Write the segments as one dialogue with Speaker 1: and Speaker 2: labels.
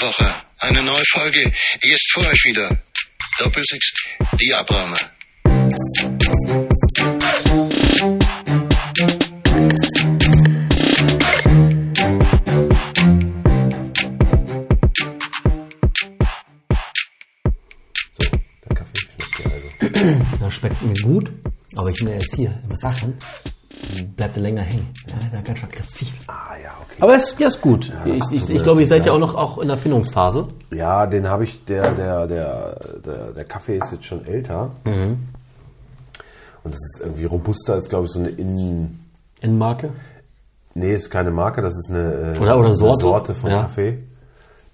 Speaker 1: Woche eine neue Folge. Die ist für euch wieder. Doppelsechs Diabrahme.
Speaker 2: So, der Kaffee schmeckt dir also.
Speaker 3: Das schmeckt mir gut, aber ich bin ja jetzt hier im Rachen. Bleibt er länger hängen. Ja, da ganz schön aggressiv.
Speaker 2: Ah ja, okay.
Speaker 3: Aber es ja, ist gut. ich
Speaker 2: das
Speaker 3: ich,
Speaker 2: tut
Speaker 3: ich
Speaker 2: mir
Speaker 3: glaube, ihr
Speaker 2: leid.
Speaker 3: seid ja auch noch auch in der Findungsphase.
Speaker 2: Ja, den habe ich, der, der, der, der, der Kaffee ist jetzt schon älter.
Speaker 3: Mhm.
Speaker 2: Und das ist irgendwie robuster, ist glaube ich so eine Innen.
Speaker 3: Endmarke.
Speaker 2: Nee, ist keine Marke, das ist eine, äh,
Speaker 3: Oder- oder
Speaker 2: eine
Speaker 3: Sorte.
Speaker 2: Sorte von
Speaker 3: Ja.
Speaker 2: Kaffee,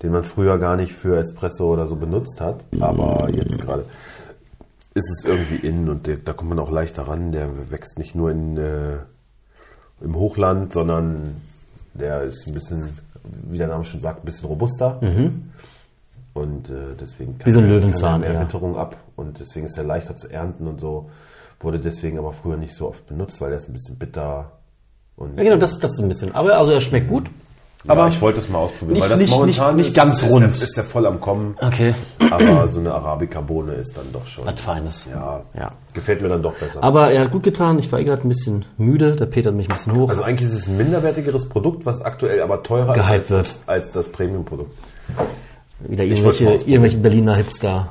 Speaker 2: den man früher gar nicht für Espresso oder so benutzt hat. Aber jetzt
Speaker 3: Mhm.
Speaker 2: gerade ist es irgendwie innen und der, da kommt man auch leichter ran. Der wächst nicht nur in, äh, im Hochland, sondern der ist ein bisschen, wie der Name schon sagt, ein bisschen robuster. Und äh, deswegen kann
Speaker 3: Mhm. Wie so ein
Speaker 2: er- kann
Speaker 3: Löwenzahn,
Speaker 2: er
Speaker 3: ja.
Speaker 2: Witterung ab und deswegen ist er leichter zu ernten und so. Wurde deswegen aber früher nicht so oft benutzt, weil der ist ein bisschen bitter. Und
Speaker 3: Ja, genau, das, das ist ein bisschen. Aber also er schmeckt gut.
Speaker 2: aber ich wollte es mal ausprobieren,
Speaker 4: nicht-
Speaker 2: weil das
Speaker 4: nicht-
Speaker 2: momentan
Speaker 4: nicht- nicht
Speaker 2: ist,
Speaker 4: ganz
Speaker 2: ist,
Speaker 4: rund.
Speaker 2: Ist, ja- ist ja voll am Kommen.
Speaker 3: Okay.
Speaker 2: Aber so eine Arabica-Bohne ist dann doch schon.
Speaker 3: Was Feines.
Speaker 2: Ja,
Speaker 3: Ja.
Speaker 2: Gefällt mir dann doch besser.
Speaker 3: Aber er hat gut getan. Ich war eh gerade ein bisschen müde. Der Peter hat mich ein bisschen hoch.
Speaker 2: also eigentlich ist es ein minderwertigeres Produkt, was aktuell aber teurer ist
Speaker 3: Gehypt
Speaker 2: als,
Speaker 3: wird.
Speaker 2: das- als das Premium-Produkt.
Speaker 3: Wieder
Speaker 2: wollt's mal
Speaker 3: irgendwelche,
Speaker 2: ausprobieren.
Speaker 3: irgendwelche Berliner Hipster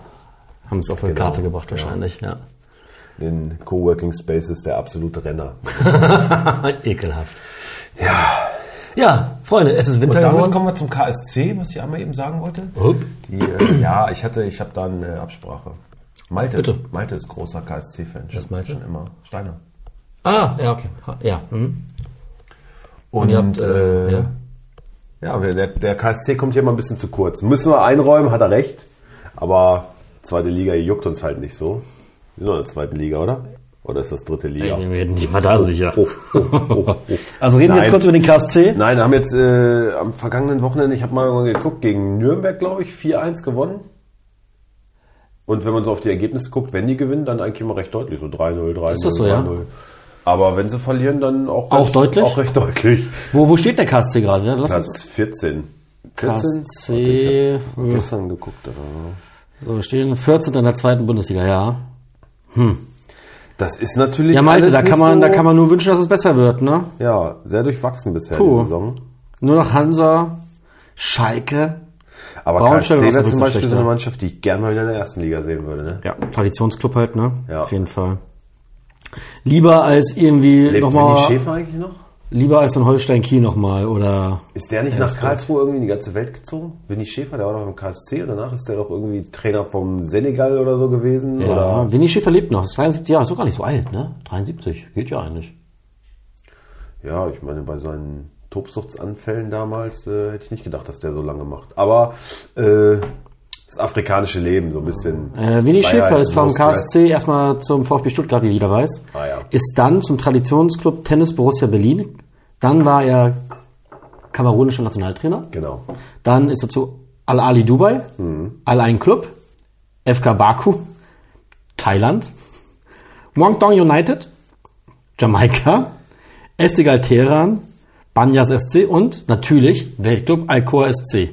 Speaker 3: haben es auf die Karte gebracht
Speaker 2: ja.
Speaker 3: wahrscheinlich. Genau. Ja.
Speaker 2: Den Coworking Space ist der absolute Renner.
Speaker 3: Ekelhaft. Ja. Ja, Freunde, es ist Winter
Speaker 2: Und damit
Speaker 3: geworden. Oh.
Speaker 2: kommen wir zum KSC, was ich einmal eben sagen wollte.
Speaker 3: Hup.
Speaker 2: Die, äh, ja, ich hatte, ich habe da eine Absprache. Malte,
Speaker 3: Bitte.
Speaker 2: Malte ist großer KSC-Fan.
Speaker 3: Wer ist Malte?
Speaker 2: Schon immer. Steiner.
Speaker 3: Ah, ja, okay. Ha- Ja. Hm.
Speaker 2: Und,
Speaker 3: ihr habt, äh,
Speaker 2: äh,
Speaker 3: ja.
Speaker 2: ja, wir- der, der KSC kommt hier mal ein bisschen zu kurz. Müssen wir einräumen, hat er recht. Aber zweite Liga juckt uns halt nicht so. Wir sind noch in der zweiten Liga, oder? Oder ist das dritte
Speaker 3: Ich
Speaker 2: Liga?
Speaker 3: bin mir nicht mal da sicher.
Speaker 2: Oh, oh, oh, oh.
Speaker 3: Also reden wir jetzt
Speaker 2: Nein.
Speaker 3: kurz über den KSC.
Speaker 2: Nein, haben jetzt äh, am vergangenen Wochenende, ich habe mal geguckt, gegen Nürnberg, glaube ich, 4-1 gewonnen. Und wenn man so auf die Ergebnisse guckt, wenn die gewinnen, dann eigentlich immer recht deutlich. So 3-0, 3-0,
Speaker 3: Ist das so, ja?
Speaker 2: 3-0. Aber wenn sie verlieren, dann auch,
Speaker 3: Auch
Speaker 2: recht,
Speaker 3: deutlich?
Speaker 2: Auch recht deutlich.
Speaker 3: Wo, wo steht der KSC gerade? Ja, lass uns.
Speaker 2: Platz 14. 14?
Speaker 3: KSC.
Speaker 2: Warte, ich hab gestern geguckt. Aber
Speaker 3: So, wir stehen 14. in der zweiten Bundesliga, ja.
Speaker 2: das ist natürlich.
Speaker 3: Ja, Malte,
Speaker 2: alles
Speaker 3: da
Speaker 2: nicht
Speaker 3: kann, man,
Speaker 2: so-
Speaker 3: da kann man nur wünschen, dass es besser wird, ne?
Speaker 2: Ja, sehr durchwachsen bisher
Speaker 3: Puh.
Speaker 2: die Saison.
Speaker 3: Nur noch Hansa, Schalke.
Speaker 2: Aber
Speaker 3: Braunschweig
Speaker 2: KSC
Speaker 3: war
Speaker 2: wäre
Speaker 3: es
Speaker 2: zum
Speaker 3: ein bisschen
Speaker 2: Beispiel so
Speaker 3: schlechter.
Speaker 2: eine Mannschaft, die ich gerne mal wieder in der ersten Liga sehen würde. Ne?
Speaker 3: Ja, Traditionsclub halt, ne?
Speaker 2: Ja.
Speaker 3: Auf jeden Fall. Lieber als irgendwie
Speaker 2: Lebt Winnie
Speaker 3: nochmal,
Speaker 2: Schäfer eigentlich noch?
Speaker 3: lieber als ein Holstein Kiel nochmal oder
Speaker 2: Ist der nicht nach Karlsruhe irgendwie in die ganze Welt gezogen? Winnie Schäfer, der war doch im KSC und danach ist der doch irgendwie Trainer vom Senegal oder so gewesen. Oder
Speaker 3: ja. Winnie Schäfer lebt noch, ist 73 Jahre, ist doch gar nicht so alt, ne? 73, geht ja eigentlich.
Speaker 2: ja, ich meine, bei seinen Tobsuchtsanfällen damals äh, hätte ich nicht gedacht, dass der so lange macht. Aber äh, das afrikanische Leben, so ein bisschen.
Speaker 3: Äh, Winnie
Speaker 2: Freiheit
Speaker 3: Schäfer ist
Speaker 2: und
Speaker 3: vom
Speaker 2: No Stress.
Speaker 3: KSC erstmal zum VfB Stuttgart, wie jeder weiß.
Speaker 2: Ah, ja.
Speaker 3: Ist dann zum Traditionsclub Tennis Borussia Berlin. Dann war er kamerunischer Nationaltrainer.
Speaker 2: Genau.
Speaker 3: Dann ist dazu Al-Ali Dubai,
Speaker 2: Mhm.
Speaker 3: Al-Ain Club, FK Baku, Thailand, Guangdong United, Jamaika, Estigal Teheran, Banyas SC und natürlich Weltclub Al-Khor SC,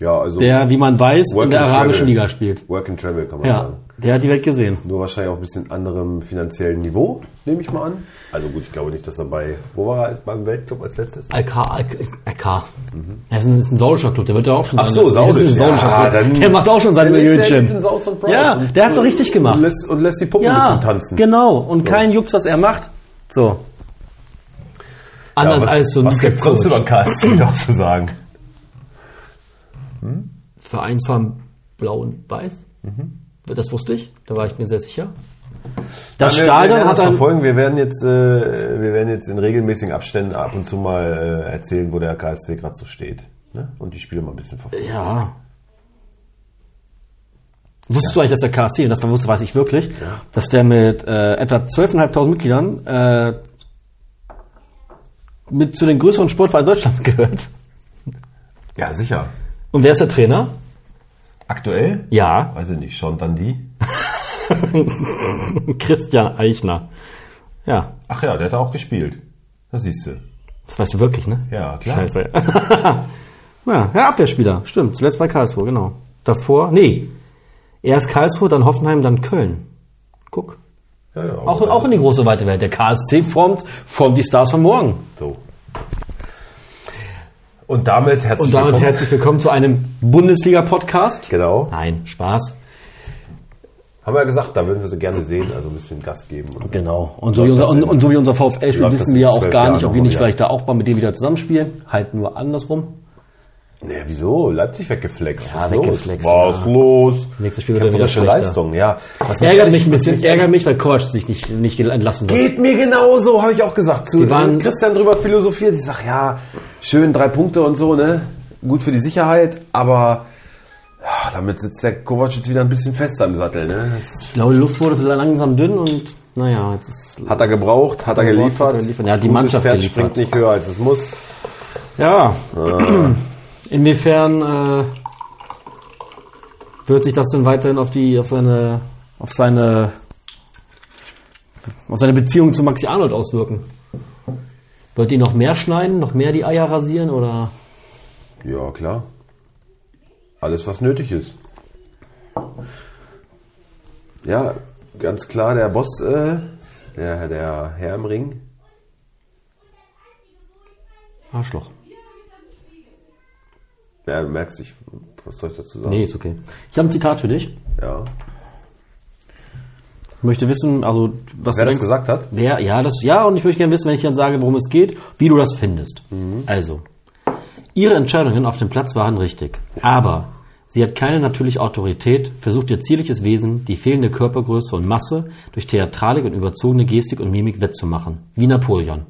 Speaker 2: Ja, also
Speaker 3: der, wie man weiß, in
Speaker 2: Working
Speaker 3: der arabischen
Speaker 2: Travel.
Speaker 3: Liga spielt.
Speaker 2: Work and Travel kann man
Speaker 3: Ja,
Speaker 2: sagen.
Speaker 3: der hat die Welt gesehen.
Speaker 2: Nur wahrscheinlich auch ein bisschen anderem finanziellen Niveau, nehme ich mal an. Also gut, ich glaube nicht, dass er bei, wo war er beim Weltcup als letztes?
Speaker 3: LK, LK. Das ist ein, ist ein saudischer Club, der wird ja auch schon.
Speaker 2: Ach so,
Speaker 3: seine- Das ist ein
Speaker 2: saudisch.
Speaker 3: saudischer
Speaker 2: Ja,
Speaker 3: Club.
Speaker 2: dann-
Speaker 3: der macht auch schon sein
Speaker 2: Der lebt ja
Speaker 3: Millionchen.
Speaker 2: in Saus und Braus
Speaker 3: Ja,
Speaker 2: und-
Speaker 3: der hat's so richtig gemacht.
Speaker 2: Und lässt, und lässt die Puppen ein bisschen tanzen.
Speaker 3: genau. Und kein Jux, was er macht. So. Anders
Speaker 2: was,
Speaker 3: als so ein
Speaker 2: was gibt sonst über den KSC noch zu sagen?
Speaker 3: Vereinsfarben blau und weiß.
Speaker 2: Mhm.
Speaker 3: Das wusste ich, da war ich mir sehr sicher. Das
Speaker 2: Wir- wir
Speaker 3: Stadion
Speaker 2: werden
Speaker 3: hat
Speaker 2: das
Speaker 3: ein...
Speaker 2: verfolgen. Wir werden jetzt, äh, wir werden jetzt in regelmäßigen Abständen ab und zu mal äh, erzählen, wo der KSC gerade so steht. Ne? Und die Spiele mal ein bisschen verfolgen.
Speaker 3: Ja. Wusstest du eigentlich, dass der KSC, und das man wusste, weiß ich wirklich, dass der mit äh, etwa 12.500 Mitgliedern äh, mit zu den größeren Sportvereinen Deutschlands gehört?
Speaker 2: Ja, sicher.
Speaker 3: Und wer ist der Trainer?
Speaker 2: Aktuell?
Speaker 3: Ja,
Speaker 2: Weiß ich nicht. Schon dann die?
Speaker 3: Christian Eichner. Ja,
Speaker 2: Ach ja, der hat auch gespielt. Das siehst du.
Speaker 3: das weißt du wirklich, ne?
Speaker 2: Ja, klar.
Speaker 3: Scheiße. Ja, ja, Abwehrspieler, stimmt. Zuletzt bei Karlsruhe, genau. Davor, nee. Erst Karlsruhe, dann Hoffenheim, dann Köln. Guck.
Speaker 2: Ja, ja,
Speaker 3: Auch, auch in die große weite Welt. Der KSC formt, formt die Stars von morgen.
Speaker 2: So. Und damit herzlich
Speaker 3: Und damit herzlich willkommen zu einem Bundesliga-Podcast.
Speaker 2: Genau.
Speaker 3: Nein, Spaß.
Speaker 2: Haben wir ja gesagt, da würden wir sie gerne sehen, also ein bisschen Gas geben. Und
Speaker 3: Genau. Und so, wie unser, und, und so wie unser VfL spielt,
Speaker 2: Läuft das
Speaker 3: wissen wir ja
Speaker 2: in
Speaker 3: auch
Speaker 2: zwölf
Speaker 3: gar
Speaker 2: Jahren
Speaker 3: nicht, ob wir
Speaker 2: nochmal
Speaker 3: nicht
Speaker 2: wieder?
Speaker 3: vielleicht da auch mal mit denen wieder zusammenspielen. Halt nur andersrum.
Speaker 2: Naja, wieso? Leipzig weggeflext.
Speaker 3: Ja,
Speaker 2: Was los?
Speaker 3: weggeflext,
Speaker 2: Was los?
Speaker 3: Nächstes Spiel wird er wieder
Speaker 2: Kämpferische
Speaker 3: schlechter.
Speaker 2: Leistung, ja. Was
Speaker 3: Ärgert
Speaker 2: ehrlich-
Speaker 3: mich ein bisschen,
Speaker 2: was
Speaker 3: ärgert mich, weil Kovac sich nicht, nicht entlassen wird.
Speaker 2: Geht mir genauso, habe ich auch gesagt. Zu
Speaker 3: Wir waren-
Speaker 2: mit Christian drüber philosophiert. Ich sag ja, schön drei Punkte und so, ne? Gut für die Sicherheit, aber ja, damit sitzt der Kovac jetzt wieder ein bisschen fest am Sattel, ne? Das
Speaker 3: Ich glaube, die Luft wurde langsam dünn und naja, jetzt ist
Speaker 2: hat er gebraucht, hat er
Speaker 3: Hat
Speaker 2: geliefert.
Speaker 3: er geliefert. Ja, die
Speaker 2: Gutes
Speaker 3: Mannschaft
Speaker 2: Pferd
Speaker 3: geliefert.
Speaker 2: springt nicht höher als es muss.
Speaker 3: Ja. Äh. Inwiefern äh, wird sich das denn weiterhin auf die, auf seine, auf seine, auf seine Beziehung zu Maxi Arnold auswirken? Wird ihn noch mehr schneiden, noch mehr die Eier rasieren oder?
Speaker 2: Ja, klar. Alles, was nötig ist. Ja, ganz klar, der Boss, äh, der, der Herr im Ring.
Speaker 3: Arschloch.
Speaker 2: Ja, du merkst, ich, was soll ich dazu sagen?
Speaker 3: Nee, ist okay. Ich habe ein Zitat für dich.
Speaker 2: Ja.
Speaker 3: Ich möchte wissen, also was
Speaker 2: Wer
Speaker 3: du
Speaker 2: das
Speaker 3: denkst.
Speaker 2: gesagt hat?
Speaker 3: Wer, ja, das, ja, und ich würde gerne wissen, wenn ich dann sage, worum es geht, wie du das findest. Also, ihre Entscheidungen auf dem Platz waren richtig, aber sie hat keine natürliche Autorität, versucht ihr zierliches Wesen, die fehlende Körpergröße und Masse durch Theatralik und überzogene Gestik und Mimik wettzumachen. Wie Napoleon.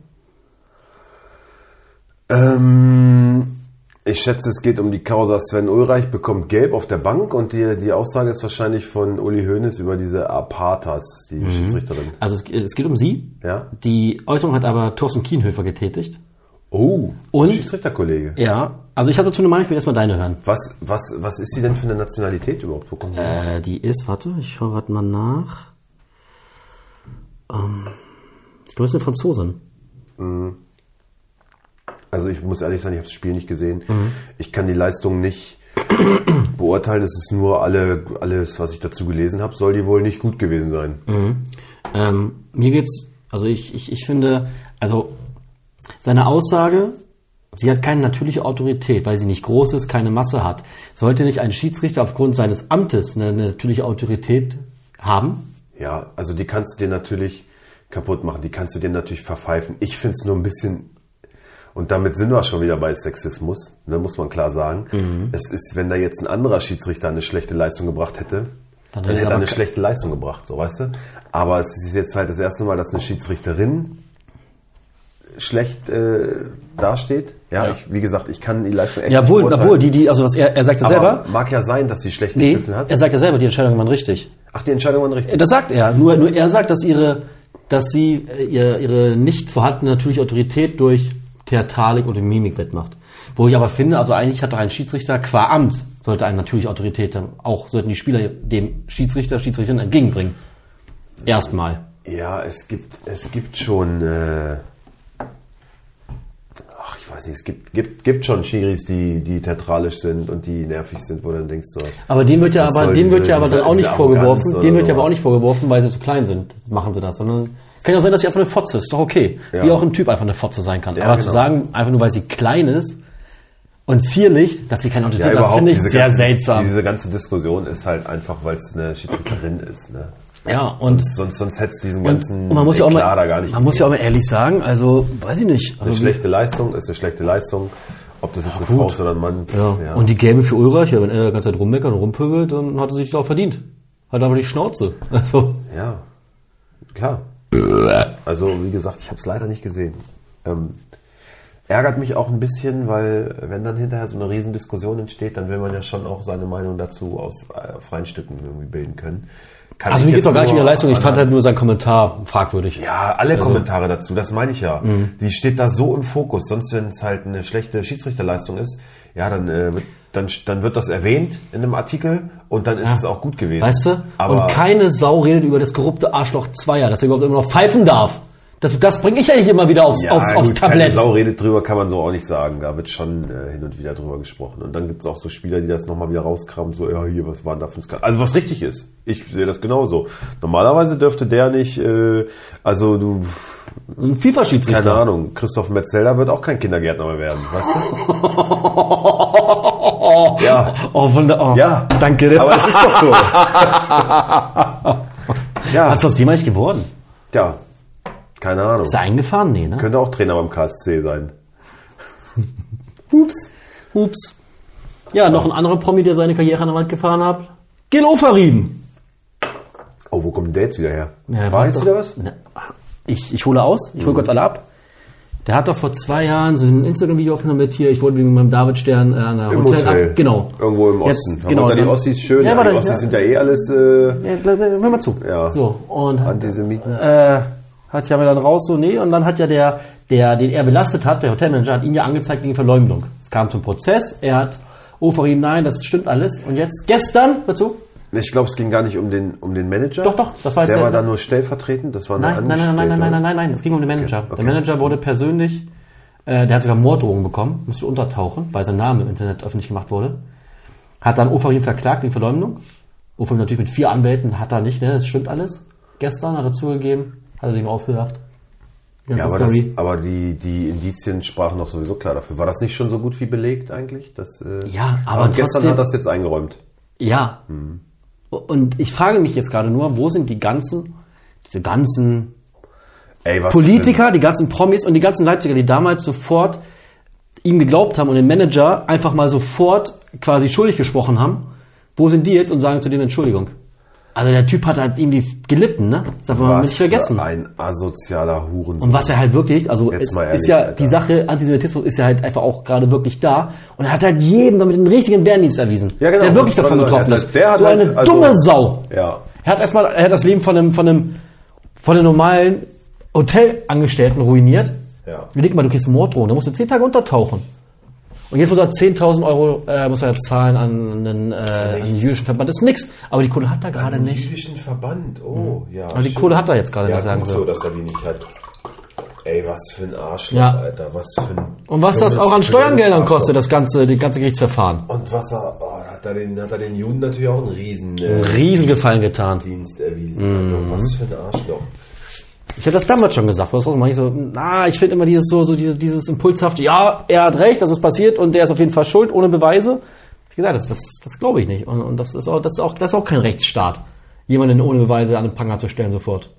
Speaker 2: Ähm, ich schätze, es geht um die Causa Sven Ulreich bekommt Gelb auf der Bank und die, die Aussage ist wahrscheinlich von Uli Hoeneß über diese Apartas, die Schiedsrichterin.
Speaker 3: Also es, es geht um sie.
Speaker 2: Ja.
Speaker 3: Die Äußerung hat aber Thorsten Kienhöfer getätigt.
Speaker 2: Oh,
Speaker 3: Und?
Speaker 2: Schiedsrichterkollege.
Speaker 3: Ja. Also ich habe dazu eine Meinung, ich will erstmal deine hören.
Speaker 2: Was, was, was ist die denn für eine Nationalität überhaupt bekommen?
Speaker 3: Äh, die ist, warte, ich schaue gerade mal nach. Ähm, ich glaube, es ist eine Franzosin.
Speaker 2: Also ich muss ehrlich sein, ich habe das Spiel nicht gesehen. Ich kann die Leistung nicht beurteilen. Es ist nur alle, alles, was ich dazu gelesen habe, soll die wohl nicht gut gewesen sein.
Speaker 3: Ähm, mir geht's, also ich, ich, ich finde, also seine Aussage, sie hat keine natürliche Autorität, weil sie nicht groß ist, keine Masse hat. Sollte nicht ein Schiedsrichter aufgrund seines Amtes eine natürliche Autorität haben?
Speaker 2: Ja, also die kannst du dir natürlich kaputt machen, die kannst du dir natürlich verpfeifen. Ich find's nur ein bisschen, und damit sind wir schon wieder bei Sexismus, ne, muss man klar sagen.
Speaker 3: Mhm.
Speaker 2: Es ist, wenn da jetzt ein anderer Schiedsrichter eine schlechte Leistung gebracht hätte, dann,
Speaker 3: Dann hätte er
Speaker 2: hätte er
Speaker 3: aber
Speaker 2: eine
Speaker 3: ke-
Speaker 2: schlechte Leistung gebracht, so weißt du. Aber es ist jetzt halt das erste Mal, dass eine Schiedsrichterin schlecht äh, dasteht. Ja,
Speaker 3: Ja.
Speaker 2: Ich, wie gesagt, ich kann die Leistung echt
Speaker 3: Jawohl,
Speaker 2: nicht beurteilen.
Speaker 3: jawohl, die, die, also was er, er sagt ja
Speaker 2: Aber
Speaker 3: selber.
Speaker 2: Mag ja sein, dass sie schlecht
Speaker 3: Nee, Also
Speaker 2: gepfiffen
Speaker 3: er
Speaker 2: hat.
Speaker 3: sagt ja selber, die Entscheidungen waren richtig.
Speaker 2: Ach, die Entscheidung war richtig.
Speaker 3: Äh, Das sagt er. Nur, nur er sagt, dass ihre, dass sie äh, ihr, ihre nicht vorhandene natürliche Autorität durch Theatralik oder Mimik wettmacht. Wo ich aber finde, also eigentlich hat doch ein Schiedsrichter qua Amt sollte eine natürliche Autorität haben. auch sollten die Spieler dem Schiedsrichter, Schiedsrichterin entgegenbringen. Erstmal.
Speaker 2: Ja, es gibt, es gibt schon. Äh, ach, ich weiß nicht, es gibt, gibt, gibt schon Schiris, die, die theatralisch sind und die nervig sind, wo du dann denkst du.
Speaker 3: Aber dem wird ja
Speaker 2: Was
Speaker 3: aber
Speaker 2: soll
Speaker 3: dem wird
Speaker 2: diese-
Speaker 3: ja aber
Speaker 2: diese-
Speaker 3: dann auch nicht
Speaker 2: diese Arroganz
Speaker 3: vorgeworfen,
Speaker 2: oder
Speaker 3: dem wird ja aber
Speaker 2: sowas?
Speaker 3: auch nicht vorgeworfen, weil sie zu klein sind, machen sie das, sondern kann ja auch sein, dass sie einfach eine Fotze ist, doch okay.
Speaker 2: Ja.
Speaker 3: Wie auch ein Typ einfach eine Fotze sein kann.
Speaker 2: Ja,
Speaker 3: aber zu
Speaker 2: genau.
Speaker 3: sagen, einfach nur weil sie klein ist und zierlich, dass sie keine Autorität hat, das finde ich
Speaker 2: diese
Speaker 3: sehr
Speaker 2: ganze,
Speaker 3: seltsam.
Speaker 2: Diese ganze Diskussion ist halt einfach, weil es eine Schiedsrichterin ist. Ne?
Speaker 3: ja, und,
Speaker 2: Sonst, sonst hättest du diesen
Speaker 3: und,
Speaker 2: ganzen
Speaker 3: und man muss ja auch
Speaker 2: Eklat da
Speaker 3: mal,
Speaker 2: gar nicht.
Speaker 3: man muss ja auch mal ehrlich sagen, also, weiß ich nicht.
Speaker 2: eine
Speaker 3: Also,
Speaker 2: schlechte Leistung ist eine schlechte Leistung. Ob das jetzt eine Frau ist oder ein Mann.
Speaker 3: ja.
Speaker 2: ja.
Speaker 3: Und die Gelbe für Ulreich, ja, wenn er die ganze Zeit rummeckert und rumpöbelt, dann hat er sich das auch verdient. Hat aber die Schnauze. Also,
Speaker 2: Ja, klar. Also, wie gesagt, ich habe es leider nicht gesehen. Ähm, ärgert mich auch ein bisschen, weil wenn dann hinterher so eine Riesendiskussion entsteht, dann will man ja schon auch seine Meinung dazu aus äh, freien Stücken irgendwie bilden können. Kann
Speaker 3: also
Speaker 2: ich
Speaker 3: mir geht's
Speaker 2: jetzt
Speaker 3: auch gar nicht um
Speaker 2: nur
Speaker 3: ihre Leistung, ich fand
Speaker 2: anhand-
Speaker 3: halt Also- nur seinen Kommentar fragwürdig.
Speaker 2: Ja, alle Kommentare dazu, das meine ich ja.
Speaker 3: Mhm.
Speaker 2: Die steht da so im Fokus. Sonst, wenn es halt eine schlechte Schiedsrichterleistung ist, ja, dann, äh, wird, dann, dann wird das erwähnt in einem Artikel und dann ist es auch gut gewesen.
Speaker 3: Weißt du?
Speaker 2: Aber
Speaker 3: und keine Sau redet über das korrupte Arschloch Zweier, dass er überhaupt immer noch pfeifen darf. Das, das bringe ich ja nicht immer wieder aufs, aufs, aufs
Speaker 2: gut,
Speaker 3: Tablett.
Speaker 2: Keine Sau redet drüber, kann man so auch nicht sagen. Da wird schon äh, hin und wieder drüber gesprochen. Und dann gibt es auch so Spieler, die das nochmal wieder rauskramen, so, ja, hier, was war denn da für ein Skandal? Also was richtig ist. Ich sehe das genauso. Normalerweise dürfte der nicht, äh, also du,
Speaker 3: Ein
Speaker 2: keine
Speaker 3: FIFA-Schiedsrichter.
Speaker 2: Ahnung, Christoph Metzelder wird auch kein Kindergärtner mehr werden, weißt du? Ja.
Speaker 3: Oh, wunderbar.
Speaker 2: Ja.
Speaker 3: Danke. Ritter.
Speaker 2: Aber es ist doch so. ja.
Speaker 3: Hast du das jemals geworden?
Speaker 2: Also, ja. Keine Ahnung.
Speaker 3: Ist er eingefahren? Nee, ne?
Speaker 2: Könnte auch Trainer beim KSC sein.
Speaker 3: Ups. Ups. Ja, noch ein anderer Promi, der seine Karriere an der Wand gefahren hat. Gil Oferim.
Speaker 2: Oh, wo kommt der jetzt wieder her?
Speaker 3: Ja,
Speaker 2: War
Speaker 3: warte
Speaker 2: jetzt
Speaker 3: doch.
Speaker 2: wieder was?
Speaker 3: Na, Ich, ich hole aus. Ich hole kurz alle ab. Der hat doch vor zwei Jahren so ein Instagram-Video aufgenommen mit hier. Ich wurde wegen meinem Davidstern äh, an der
Speaker 2: Im
Speaker 3: Hotel,
Speaker 2: Hotel.
Speaker 3: Ab, genau.
Speaker 2: Irgendwo im
Speaker 3: Jetzt,
Speaker 2: Osten. Jetzt,
Speaker 3: genau,
Speaker 2: genau. Die
Speaker 3: dann-
Speaker 2: Ossis schön.
Speaker 3: Ja,
Speaker 2: Ja,
Speaker 3: warte,
Speaker 2: die Ossis
Speaker 3: ja.
Speaker 2: sind ja eh alles äh,
Speaker 3: Ja, hör mal zu.
Speaker 2: Ja.
Speaker 3: So, und
Speaker 2: Antisemiten.
Speaker 3: äh, hat ja mir dann raus so, nee, und dann hat ja der, der, den er belastet hat, der Hotelmanager, hat ihn ja angezeigt wegen Verleumdung. Es kam zum Prozess, er hat Oferim, nein, das stimmt alles. Und jetzt, gestern, hör zu,
Speaker 2: Ich glaube, es ging gar nicht um den, um den Manager.
Speaker 3: Doch, doch, das war jetzt
Speaker 2: Der
Speaker 3: der-
Speaker 2: war da nur stellvertretend. Das war nur
Speaker 3: nein, nein, nein, nein, nein, nein, nein, nein, nein, es ging um den Manager.
Speaker 2: Okay, okay.
Speaker 3: Der Manager wurde persönlich, äh, der hat sogar Morddrohungen bekommen, musste untertauchen, weil sein Name im Internet öffentlich gemacht wurde. Hat dann Oferim verklagt wegen Verleumdung. Oferim natürlich mit vier Anwälten, hat er nicht, ne, das stimmt alles. Gestern hat er zugegeben, hat er sich ihm ausgedacht. Ganze
Speaker 2: Ja, aber, das,
Speaker 3: Story.
Speaker 2: aber die, die Indizien sprachen doch sowieso klar dafür. War das nicht schon so gut wie belegt eigentlich? Dass, äh,
Speaker 3: Ja, aber
Speaker 2: gestern
Speaker 3: trotzdem-
Speaker 2: hat das jetzt eingeräumt.
Speaker 3: Ja.
Speaker 2: Mhm.
Speaker 3: Und ich frage mich jetzt gerade nur, wo sind die ganzen, diese ganzen
Speaker 2: Ey, was
Speaker 3: Politiker, die ganzen Promis und die ganzen Leipziger, die damals sofort ihm geglaubt haben und den Manager einfach mal sofort quasi schuldig gesprochen haben. Wo sind die jetzt und sagen zu dem Entschuldigung? Also der Typ hat halt irgendwie gelitten, ne? Das darf man
Speaker 2: was
Speaker 3: nicht vergessen.
Speaker 2: Für ein asozialer Hurensohn.
Speaker 3: Und was er halt wirklich, also
Speaker 2: Jetzt
Speaker 3: es
Speaker 2: mal ehrlich,
Speaker 3: ist ja
Speaker 2: Alter.
Speaker 3: die Sache, Antisemitismus ist ja halt einfach auch gerade wirklich da. Und er hat halt jedem damit den richtigen Bärendienst erwiesen.
Speaker 2: Ja, genau.
Speaker 3: Der wirklich
Speaker 2: Und-
Speaker 3: davon
Speaker 2: und- und-
Speaker 3: getroffen
Speaker 2: der-
Speaker 3: ist.
Speaker 2: der hat
Speaker 3: so
Speaker 2: halt-
Speaker 3: eine
Speaker 2: also-
Speaker 3: dumme Sau.
Speaker 2: Ja.
Speaker 3: Er hat erstmal, er hat das Leben von einem, von einem, von einem normalen Hotelangestellten ruiniert.
Speaker 2: Ja.
Speaker 3: Überleg mal, du kriegst Morddrohungen, da musst du zehn Tage untertauchen. Und jetzt muss er 10.000 Euro äh, muss er zahlen an einen, äh, an einen jüdischen Verband. Das ist nix. Aber die Kohle hat er gerade nicht. Mhm.
Speaker 2: jüdischen Verband, oh, ja.
Speaker 3: Aber die Kohle hat er jetzt gerade
Speaker 2: ja,
Speaker 3: nicht, sagen
Speaker 2: gut
Speaker 3: sie.
Speaker 2: so, dass er die nicht hat. Ey, was für ein Arschloch,
Speaker 3: Ja.
Speaker 2: Alter, was für ein...
Speaker 3: Und was das
Speaker 2: dummes,
Speaker 3: auch an
Speaker 2: blödes
Speaker 3: Steuergeldern
Speaker 2: Arschloch.
Speaker 3: kostet, das ganze, die ganze Gerichtsverfahren.
Speaker 2: Und was er... Oh, da hat er den, hat er den Juden natürlich auch einen riesen äh,
Speaker 3: Riesengefallen getan.
Speaker 2: Dienst
Speaker 3: Mhm.
Speaker 2: erwiesen. Also, was für ein Arschloch.
Speaker 3: Ich habe das damals schon gesagt. Was man nicht so, na, ich finde immer dieses so, so dieses, dieses impulshafte, ja, er hat recht, das ist passiert und er ist auf jeden Fall schuld, ohne Beweise. Wie gesagt, das, das, das glaube ich nicht. Und, und das, ist auch, das, ist auch, das ist auch kein Rechtsstaat, jemanden ohne Beweise an den Pranger zu stellen sofort.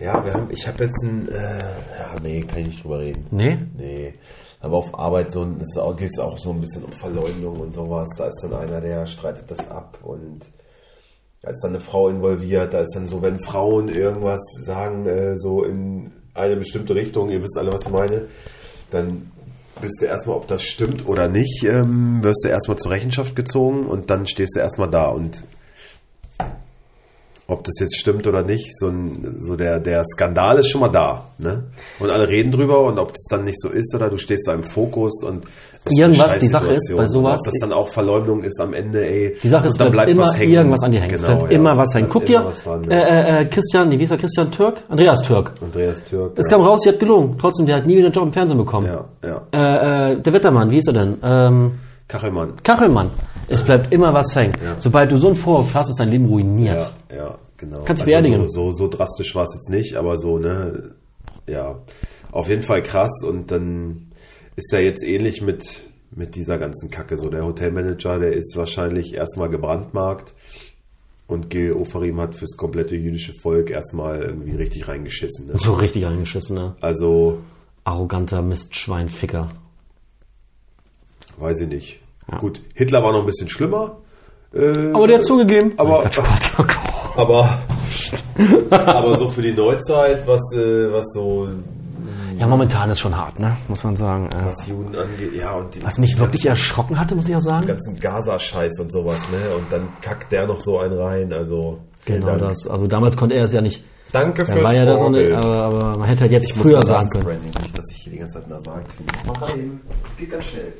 Speaker 2: Ja, wir haben, ich habe jetzt ein... Äh, ja, nee, kann ich nicht drüber reden.
Speaker 3: Nee?
Speaker 2: Nee. Aber auf Arbeit so ein- es geht es auch so ein bisschen um Verleumdung und sowas. Da ist dann einer, der streitet das ab und da ist dann eine Frau involviert. Da ist dann so, wenn Frauen irgendwas sagen, äh, so in eine bestimmte Richtung, ihr wisst alle, was ich meine, dann bist du erstmal, ob das stimmt oder nicht, ähm, wirst du erstmal zur Rechenschaft gezogen und dann stehst du erstmal da und ob das jetzt stimmt oder nicht, so, ein, so der, der Skandal ist schon mal da. Ne? Und alle reden drüber und ob das dann nicht so ist oder du stehst da im Fokus und es ist eine
Speaker 3: Irgendwas, die Sache ist,
Speaker 2: Scheißsituation.
Speaker 3: bei sowas-
Speaker 2: Und Ob das dann auch Verleumdung ist am Ende, ey.
Speaker 3: Die Sache ist,
Speaker 2: und dann
Speaker 3: bleibt,
Speaker 2: bleibt
Speaker 3: immer
Speaker 2: was hängen. Genau,
Speaker 3: irgendwas an dir hängen. es bleibt
Speaker 2: ja,
Speaker 3: immer
Speaker 2: es
Speaker 3: was hängen.
Speaker 2: bleibt
Speaker 3: Guck
Speaker 2: immer
Speaker 3: dir,
Speaker 2: was dran, ja.
Speaker 3: äh, äh, Christian, nee, wie ist er? Christian Türk? Andreas Türk.
Speaker 2: Andreas Türk.
Speaker 3: Es
Speaker 2: ja.
Speaker 3: kam raus, sie hat gelogen. Trotzdem, der hat nie wieder einen Job im Fernsehen bekommen.
Speaker 2: Ja, ja.
Speaker 3: Äh, äh, der Wettermann, wie ist er denn? Ähm,
Speaker 2: Kachelmann.
Speaker 3: Kachelmann. Es bleibt immer was hängen. Sobald du so einen Vorwurf hast, ist dein Leben ruiniert.
Speaker 2: Ja, ja, genau.
Speaker 3: Kannst du beerdigen.
Speaker 2: So, so, so drastisch war es jetzt nicht, aber so, ne, ja, auf jeden Fall krass und dann ist ja jetzt ähnlich mit, mit dieser ganzen Kacke. So, der Hotelmanager, der ist wahrscheinlich erstmal gebrandmarkt und Gil Oferim hat fürs komplette jüdische Volk erstmal irgendwie richtig reingeschissen. Ne?
Speaker 3: So richtig angeschissener,
Speaker 2: Also,
Speaker 3: arroganter Mistschweinficker.
Speaker 2: weiß ich nicht. Gut, Hitler war noch ein bisschen schlimmer. äh,
Speaker 3: Aber der hat zugegeben.
Speaker 2: aber,
Speaker 3: Quatsch, Quatsch, oh Gott.
Speaker 2: aber, aber so für die Neuzeit, was, äh, was so
Speaker 3: Ja, momentan ist schon hart, ne? Muss man sagen. Äh,
Speaker 2: was Juden angeht. Ja, und die,
Speaker 3: Was mich wirklich erschrocken hatte, muss ich ja
Speaker 2: den
Speaker 3: sagen.
Speaker 2: ganzen Gaza-Scheiß und sowas, ne? Und dann kackt der noch so einen rein. Also vielen
Speaker 3: Genau
Speaker 2: Dank.
Speaker 3: das. Also damals konnte er es ja nicht.
Speaker 2: Danke
Speaker 3: Dann
Speaker 2: fürs
Speaker 3: war ja das noch nicht,
Speaker 2: Vorbild.
Speaker 3: aber, aber man hätte halt jetzt
Speaker 2: Ich muss
Speaker 3: früher
Speaker 2: mal
Speaker 3: sagen
Speaker 2: Nasenspray
Speaker 3: können.
Speaker 2: nehmen, Nicht, dass ich hier die ganze Zeit nasal kriege. Mach mal eben. Es geht ganz schnell.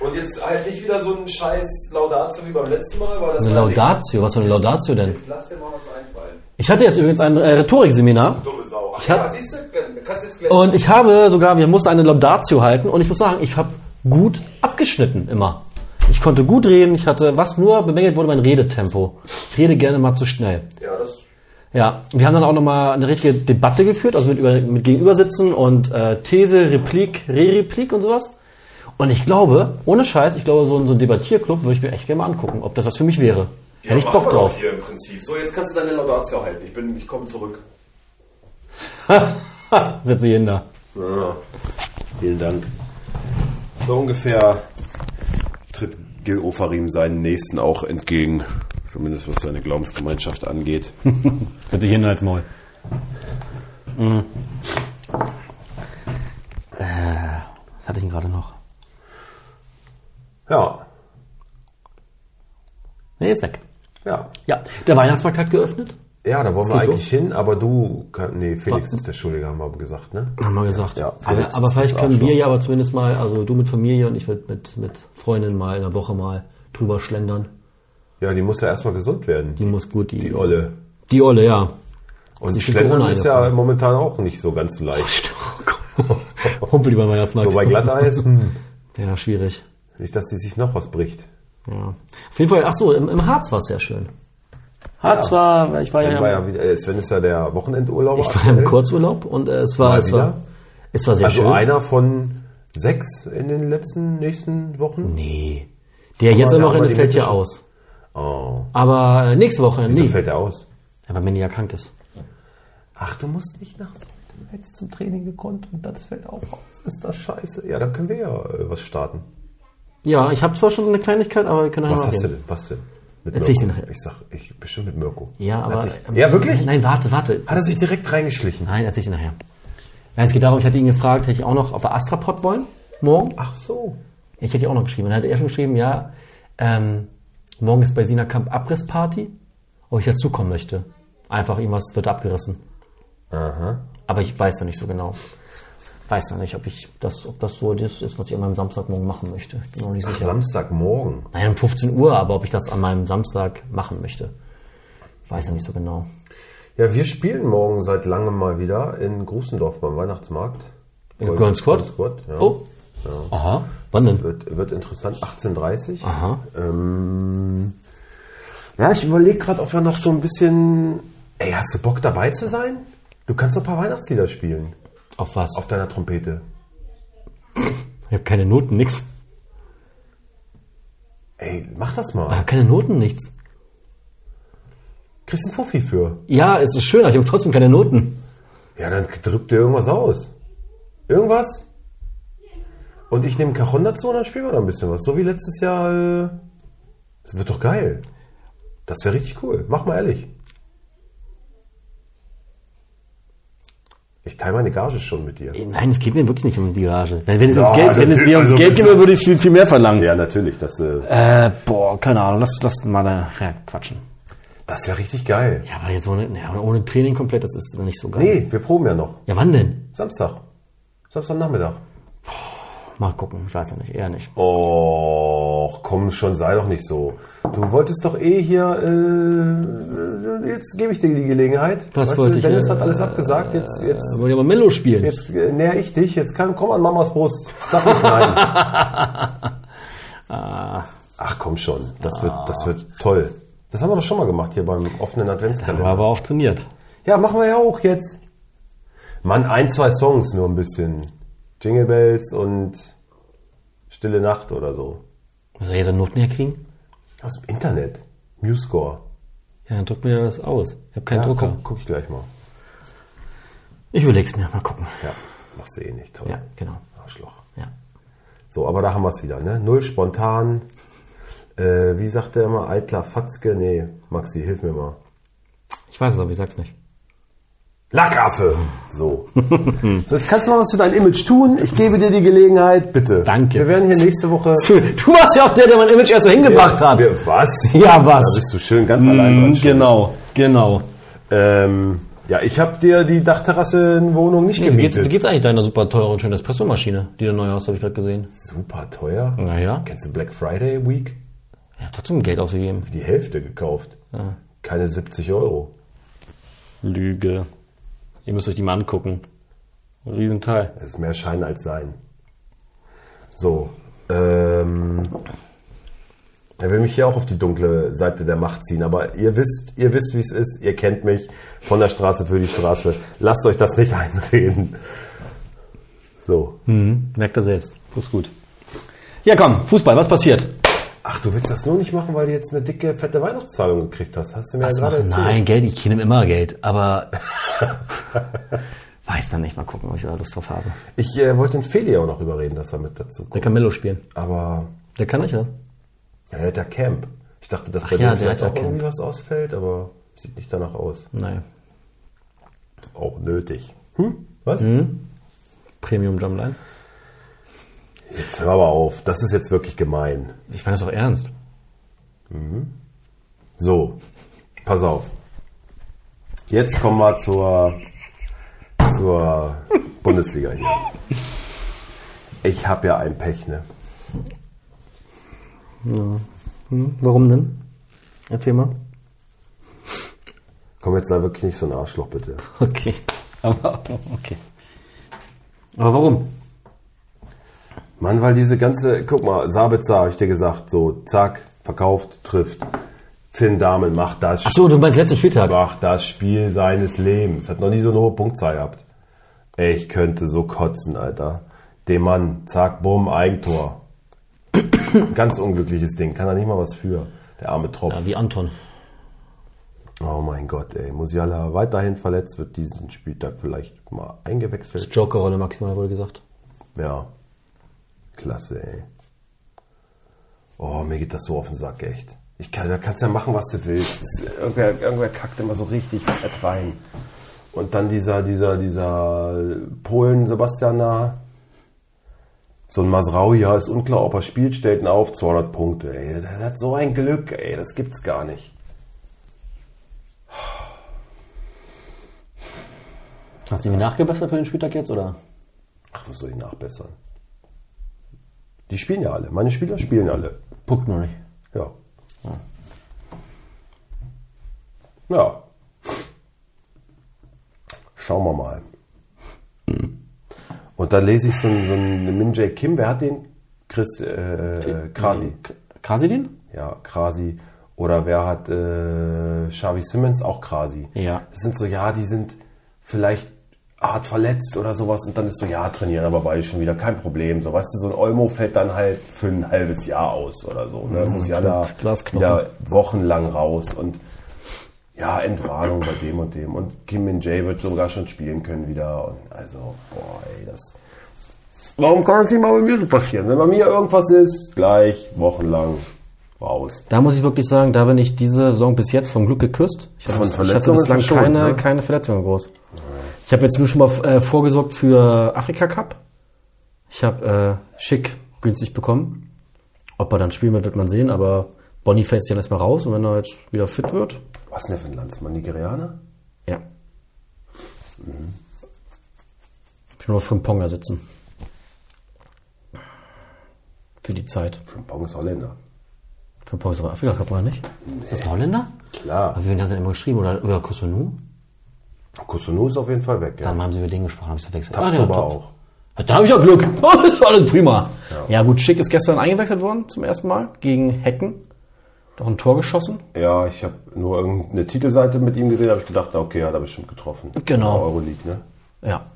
Speaker 2: Und jetzt halt nicht wieder so einen scheiß Laudatio wie beim letzten Mal, weil das
Speaker 3: Eine
Speaker 2: war nix.
Speaker 3: Laudatio, was für eine Laudatio denn?
Speaker 2: Lass dir mal was einfallen.
Speaker 3: Ich hatte jetzt übrigens ein äh, Rhetorikseminar.
Speaker 2: Dumme Sau. Ach
Speaker 3: Ich hab-
Speaker 2: siehst du, dann kannst du jetzt gleich.
Speaker 3: Und ich habe sogar, wir mussten eine Laudatio halten und ich muss sagen, ich habe gut abgeschnitten immer. Ich konnte gut reden, ich hatte, was nur bemängelt wurde, mein Redetempo. Ich rede gerne mal zu schnell.
Speaker 2: Ja, das.
Speaker 3: Ja, wir haben dann auch nochmal eine richtige Debatte geführt, also mit, über, mit Gegenübersitzen und äh, These, Replik, Re-Replik und sowas. Und ich glaube, ohne Scheiß, ich glaube, so ein, so ein Debattierclub würde ich mir echt gerne mal angucken, ob das was für mich wäre. Hätte ich
Speaker 2: machen
Speaker 3: Bock
Speaker 2: wir doch
Speaker 3: drauf.
Speaker 2: Hier im Prinzip. So, jetzt kannst du deine Laudatio halten. Ich, bin, ich komme zurück.
Speaker 3: Setz sie hin da.
Speaker 2: Vielen Dank. So ungefähr tritt Gil Ofarim seinen Nächsten auch entgegen. Zumindest was seine Glaubensgemeinschaft angeht.
Speaker 3: Setz dich hin als Maul. Mhm. Äh, was hatte ich denn gerade noch?
Speaker 2: Ja,
Speaker 3: Nee, ist weg.
Speaker 2: ja.
Speaker 3: Ja, der Weihnachtsmarkt hat geöffnet.
Speaker 2: Ja, da wollen wir
Speaker 3: geht
Speaker 2: eigentlich hin, aber du. kann- Nee, Felix ist der Schuldige, haben wir aber gesagt, ne?
Speaker 3: Haben wir gesagt.
Speaker 2: Ja,
Speaker 3: aber,
Speaker 2: Felix
Speaker 3: aber
Speaker 2: ist
Speaker 3: vielleicht
Speaker 2: das
Speaker 3: können wir
Speaker 2: Arschloch.
Speaker 3: ja aber zumindest mal, also du mit Familie und ich mit, mit, mit Freundin mal in der Woche mal drüber schlendern.
Speaker 2: Ja, die muss ja erstmal gesund werden.
Speaker 3: Die muss gut, die,
Speaker 2: Die Olle.
Speaker 3: Die Olle, ja.
Speaker 2: Und
Speaker 3: Sie kriegt
Speaker 2: Schlendern
Speaker 3: Corona
Speaker 2: ist ja momentan auch nicht so ganz leicht.
Speaker 3: Humpel über den Weihnachtsmarkt.
Speaker 2: So bei Glatteis, hm,
Speaker 3: Ja, schwierig.
Speaker 2: nicht, dass die sich noch was bricht.
Speaker 3: Ja. Auf jeden Fall, ach so, im, im Harz war es sehr schön. Harz war, ich war
Speaker 2: Sven,
Speaker 3: ja,
Speaker 2: war ja wieder, äh, Sven ist ja der Wochenendurlauber.
Speaker 3: ich war ja im
Speaker 2: aktuell.
Speaker 3: Kurzurlaub und äh, es war,
Speaker 2: Mal
Speaker 3: es war,
Speaker 2: wieder?
Speaker 3: es war sehr
Speaker 2: Also
Speaker 3: schön.
Speaker 2: einer von sechs in den letzten, nächsten Wochen.
Speaker 3: Nee. Der jetzt am
Speaker 2: da haben wir
Speaker 3: Wochenende
Speaker 2: die
Speaker 3: fällt ja
Speaker 2: Mitte schon.
Speaker 3: aus.
Speaker 2: Oh,
Speaker 3: Aber äh, nächste Woche,
Speaker 2: wieso
Speaker 3: nee.
Speaker 2: fällt er aus?
Speaker 3: Ja, weil Manny erkrankt ist.
Speaker 2: Ach, du musst nicht nach jetzt zum Training gekonnt und das fällt auch aus. Ist das scheiße? Ja, dann können wir ja äh, was starten.
Speaker 3: Ja, ich habe zwar schon eine Kleinigkeit, aber wir können
Speaker 2: Was
Speaker 3: nachher
Speaker 2: hast du
Speaker 3: reden.
Speaker 2: denn? Was denn? Mit
Speaker 3: Erzähl ich
Speaker 2: Mirko?
Speaker 3: dir nachher.
Speaker 2: Ich sag, ich bestimmt mit Mirko.
Speaker 3: Ja,
Speaker 2: Hat
Speaker 3: aber.
Speaker 2: sich-
Speaker 3: ähm,
Speaker 2: ja, wirklich?
Speaker 3: Nein, warte, warte.
Speaker 2: Hat er sich direkt reingeschlichen?
Speaker 3: Nein, erzähl ich dir nachher. Nein, es geht darum, ich hatte ihn gefragt, hätte ich auch noch, ob wir Astrapod wollen? Morgen?
Speaker 2: Ach so.
Speaker 3: Ich hätte ja auch noch geschrieben. Dann hatte er schon geschrieben, ja, ähm, morgen ist bei Sina Kamp Abrissparty, ob ich dazukommen möchte. Einfach irgendwas wird abgerissen.
Speaker 2: Aha.
Speaker 3: Aber ich weiß noch nicht so genau. Weiß noch nicht, ob ich das, ob das so das ist, was ich an meinem Samstagmorgen machen möchte. Ich bin noch nicht sicher.
Speaker 2: Samstagmorgen.
Speaker 3: Nein, um 15 Uhr, aber ob ich das an meinem Samstag machen möchte. Weiß noch nicht so genau.
Speaker 2: Ja, wir spielen morgen seit langem mal wieder in Grusendorf beim Weihnachtsmarkt.
Speaker 3: Im Golden Squad?
Speaker 2: Golden Squad, ja.
Speaker 3: Oh. Aha. Wann denn?
Speaker 2: Also Wird, wird interessant, 18.30 Uhr.
Speaker 3: Aha.
Speaker 2: Ähm, ja, ich überlege gerade, ob wir noch so ein bisschen... Ey, hast du Bock dabei zu sein? Du kannst noch ein paar Weihnachtslieder spielen
Speaker 3: Auf was?
Speaker 2: auf deiner Trompete.
Speaker 3: ich habe keine Noten, nix.
Speaker 2: Ey, mach das
Speaker 3: Ich
Speaker 2: mal.
Speaker 3: habe Ah, keine Noten, nichts.
Speaker 2: Kriegst einen Fuffi für.
Speaker 3: Ja, es ist schön, aber ich habe trotzdem keine Noten.
Speaker 2: Ja, dann drück dir irgendwas aus. Irgendwas. Und ich nehme Cajon dazu und dann spielen wir da ein bisschen was. So wie letztes Jahr. äh, Das wird doch geil. Das wäre richtig cool. Mach mal ehrlich. Ich teile meine Gage schon mit dir.
Speaker 3: Nein, es geht mir wirklich nicht um die Garage. Wenn, wenn es
Speaker 2: Ja,
Speaker 3: ums Geld,
Speaker 2: also
Speaker 3: wenn es
Speaker 2: die-
Speaker 3: mir ums
Speaker 2: also
Speaker 3: Geld
Speaker 2: bitte.
Speaker 3: ginge, würde ich viel, viel mehr verlangen.
Speaker 2: Ja, natürlich. Das, äh,
Speaker 3: Äh, boah, keine Ahnung. Lass, lass mal da ja, quatschen.
Speaker 2: das wäre richtig geil.
Speaker 3: Ja, aber jetzt ohne, ja, ohne Training komplett, das ist nicht so geil.
Speaker 2: Nee, wir proben ja noch.
Speaker 3: Ja, wann denn?
Speaker 2: Samstag. Samstagnachmittag.
Speaker 3: Mal gucken, ich weiß ja nicht, eher nicht.
Speaker 2: Och, komm schon, sei doch nicht so. Du wolltest doch eh hier. Äh, jetzt gebe ich dir die Gelegenheit.
Speaker 3: Was
Speaker 2: Weißt
Speaker 3: wollte
Speaker 2: du,
Speaker 3: ich,
Speaker 2: Dennis
Speaker 3: äh,
Speaker 2: hat alles abgesagt. Jetzt,
Speaker 3: Äh,
Speaker 2: jetzt,
Speaker 3: wollen wir mal Mello spielen?
Speaker 2: jetzt äh, näher ich dich. Jetzt kann, komm an Mamas Brust. Sag nicht nein. Ah. Ach komm schon, das
Speaker 3: Ah.
Speaker 2: wird, das wird toll. Das haben wir doch schon mal gemacht hier beim offenen
Speaker 3: War
Speaker 2: Adventskalender.
Speaker 3: aber auch trainiert.
Speaker 2: Ja, machen wir ja auch jetzt. Mann, ein, zwei Songs nur ein bisschen. Jingle Bells und Stille Nacht oder so.
Speaker 3: Was soll ich jetzt an Noten herkriegen?
Speaker 2: Aus dem Internet. MuseScore.
Speaker 3: Ja, dann druck mir das aus. Ich habe keinen
Speaker 2: Ja,
Speaker 3: Drucker.
Speaker 2: guck, guck ich gleich mal.
Speaker 3: Ich überleg's mir, mal gucken.
Speaker 2: Ja, machst du eh nicht. Toll.
Speaker 3: Ja, genau.
Speaker 2: Arschloch.
Speaker 3: Ja.
Speaker 2: So, aber da haben wir es wieder, ne? Null spontan. Äh, wie sagt der immer? Eitler Fatzke? Nee, Maxi, hilf mir mal.
Speaker 3: Ich weiß es, aber ich sag's nicht.
Speaker 2: Lackaffe! So. so. Jetzt kannst du mal was für dein Image tun. Ich gebe dir die Gelegenheit, bitte.
Speaker 3: Danke.
Speaker 2: Wir werden hier nächste Woche.
Speaker 3: Du warst ja auch der, der mein Image erst so hingebracht hat.
Speaker 2: Wir, was?
Speaker 3: Ja, was?
Speaker 2: Da bist du schön ganz allein dran.
Speaker 3: Mhm, genau, genau.
Speaker 2: Ähm, ja, ich habe dir die Dachterrassenwohnung nicht
Speaker 3: Wie geht's, wie
Speaker 2: gemietet.
Speaker 3: geht's eigentlich deiner super teuren und schönen Espressomaschine, die du neu hast, habe ich gerade gesehen?
Speaker 2: Super teuer.
Speaker 3: Naja.
Speaker 2: Kennst du Black Friday Week?
Speaker 3: Er hat trotzdem Geld ausgegeben.
Speaker 2: die Hälfte gekauft. Keine 70 Euro.
Speaker 3: Lüge. Ihr müsst euch die mal angucken. Riesenteil.
Speaker 2: Es ist mehr Schein als Sein. So. Ähm, er will mich hier auch auf die dunkle Seite der Macht ziehen, aber ihr wisst, ihr wisst, wie es ist. Ihr kennt mich von der Straße für die Straße. Lasst euch das nicht einreden. So.
Speaker 3: Merkt er selbst. Ist gut. Ja, komm, Fußball, was passiert?
Speaker 2: Ach, du willst das nur nicht machen, weil du jetzt eine dicke, fette Weihnachtszahlung gekriegt hast. Hast du mir ja gerade erzählt.
Speaker 3: Nein, Geld, ich nehme immer Geld, aber weiß dann nicht. Mal gucken, ob ich da Lust drauf habe.
Speaker 2: Ich äh, wollte den Feli auch noch überreden, dass er mit dazu kommt.
Speaker 3: Der kann Mello spielen.
Speaker 2: Aber
Speaker 3: Der kann nicht, ja?
Speaker 2: ja, der hat ja Camp. Ich dachte, dass bei
Speaker 3: ja,
Speaker 2: dem
Speaker 3: der
Speaker 2: vielleicht
Speaker 3: hat ja
Speaker 2: auch
Speaker 3: Camp.
Speaker 2: irgendwie was ausfällt, aber sieht nicht danach aus.
Speaker 3: Nein.
Speaker 2: Auch nötig. Hm? Was?
Speaker 3: Premium Drumline.
Speaker 2: Jetzt hör aber auf. Das ist jetzt wirklich gemein.
Speaker 3: Ich meine das auch ernst.
Speaker 2: So, pass auf. Jetzt kommen wir zur, zur Bundesliga hier. Ich habe ja ein Pech, ne?
Speaker 3: Warum denn? Erzähl mal.
Speaker 2: Komm, jetzt sei wirklich nicht so ein Arschloch, bitte.
Speaker 3: Okay. Aber, okay. Aber warum?
Speaker 2: Mann, weil diese ganze, guck mal, Sabitzer, habe ich dir gesagt, so, zack, verkauft, trifft. Finn Damen macht das,
Speaker 3: Ach so, du meinst letzten Spieltag.
Speaker 2: macht das Spiel seines Lebens. Hat noch nie so eine hohe Punktzahl gehabt. Ey, ich könnte so kotzen, Alter. Dem Mann, zack, bumm, Eigentor. Ganz unglückliches Ding, kann er nicht mal was für. Der arme Tropf.
Speaker 3: Ja, wie Anton.
Speaker 2: Oh mein Gott, ey. Musiala weiterhin verletzt, wird diesen Spieltag vielleicht mal eingewechselt.
Speaker 3: Joker-Rolle maximal wurde gesagt.
Speaker 2: Ja. Klasse, ey. Oh, mir geht das so auf den Sack, echt. Ich kann, da kannst du ja machen, was du willst. Es Ist, irgendwer, irgendwer kackt immer so richtig fett rein. Und dann dieser, dieser, dieser Polen Sebastian da. So ein Masraui, ja, ist unklar, ob er spielt, stellt ihn auf, 200 Punkte. Ey, der hat so ein Glück, ey, das gibt's gar nicht.
Speaker 3: Hast du ihn nachgebessert für den Spieltag jetzt, oder?
Speaker 2: Ach, was soll ich nachbessern? Die spielen ja alle. Meine Spieler spielen alle.
Speaker 3: Puckt noch nicht.
Speaker 2: Ja. Ja. Schauen wir mal. Und dann lese ich so einen, so einen Min Jae Kim. Wer hat den? Chris äh, Krasi.
Speaker 3: Kasidin?
Speaker 2: Ja, Krasi. Oder wer hat äh, Xavi Simmons? Auch Krasi.
Speaker 3: Ja.
Speaker 2: Das sind so, ja, die sind vielleicht hart verletzt oder sowas. Und dann ist so, ja, trainieren aber beide schon wieder. Kein Problem. So, weißt du, so ein Olmo fällt dann halt für ein halbes Jahr aus oder so. Ne? Muss ja da
Speaker 3: mit Glasknochen.
Speaker 2: wieder wochenlang raus. Und ja, Entwarnung bei dem und dem. Und Kim Min Jae wird sogar schon spielen können wieder. Und also, boah, ey, das... Warum kann es nicht mal bei mir so passieren? Wenn bei mir irgendwas ist, gleich wochenlang raus.
Speaker 3: Da muss ich wirklich sagen, da bin ich diese Saison bis jetzt vom Glück geküsst. Ich
Speaker 2: Von
Speaker 3: ich hatte
Speaker 2: Verletzungen
Speaker 3: bislang
Speaker 2: schon,
Speaker 3: keine,
Speaker 2: ne?
Speaker 3: keine Verletzungen groß. Ich habe jetzt nur schon mal äh, vorgesorgt für Afrika Cup. Ich habe äh, Schick günstig bekommen. Ob er dann spielen wird, wird man sehen, aber Boniface ist ja erstmal raus und wenn er jetzt wieder fit wird,
Speaker 2: Was denn der für ein Landsmann? Nigerianer?
Speaker 3: ja. Ich will nur auf Frimponga sitzen. Für die Zeit.
Speaker 2: Frimpong ist Holländer.
Speaker 3: Frimpong ist aber Afrika Cup, oder nicht? Ist das ein Holländer?
Speaker 2: Klar.
Speaker 3: Aber wen haben sie denn immer geschrieben? Oder über Kusunu?
Speaker 2: Kusunu ist auf jeden Fall weg, ja.
Speaker 3: Dann haben sie über den gesprochen, habe ich verwechselt. Ah,
Speaker 2: Tapsoba
Speaker 3: der Top-
Speaker 2: auch.
Speaker 3: Da habe ich ja Glück. Oh, Alles prima. Ja. gut, Schick ist gestern eingewechselt worden zum ersten Mal gegen Hecken. Doch ein Tor geschossen.
Speaker 2: Ja, ich habe nur irgendeine Titelseite mit ihm gesehen, habe ich gedacht, na, okay, hat er bestimmt getroffen.
Speaker 3: Genau.
Speaker 2: Euroleague, ne?
Speaker 3: Ja.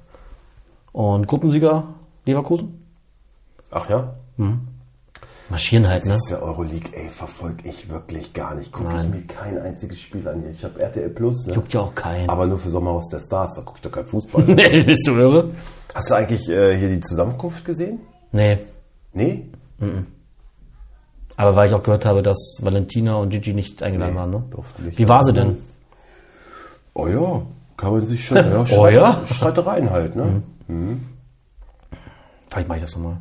Speaker 3: Und Gruppensieger Leverkusen.
Speaker 2: Ach ja?
Speaker 3: Marschieren halt, ne?
Speaker 2: Diese Euroleague, ey, verfolge ich wirklich gar nicht. Gucke ich
Speaker 3: Nein.
Speaker 2: mir kein einziges Spiel an hier. Ich habe RTL Plus, ne?
Speaker 3: Juckt ja auch keinen.
Speaker 2: Aber nur für Sommerhaus der Stars, da gucke ich doch kein Fußball. ne?
Speaker 3: nee, bist du irre?
Speaker 2: Hast du eigentlich äh, hier die Zusammenkunft gesehen?
Speaker 3: Nee.
Speaker 2: Nee?
Speaker 3: Aber weil ich auch gehört habe, dass Valentina und Gigi nicht eingeladen waren, ne?
Speaker 2: durften nicht.
Speaker 3: Wie war sie denn?
Speaker 2: Oh ja, kann man sich schon. Ja, Streit,
Speaker 3: Oh ja? Mhm.
Speaker 2: Streitereien halt, ne?
Speaker 3: Vielleicht mache ich das nochmal.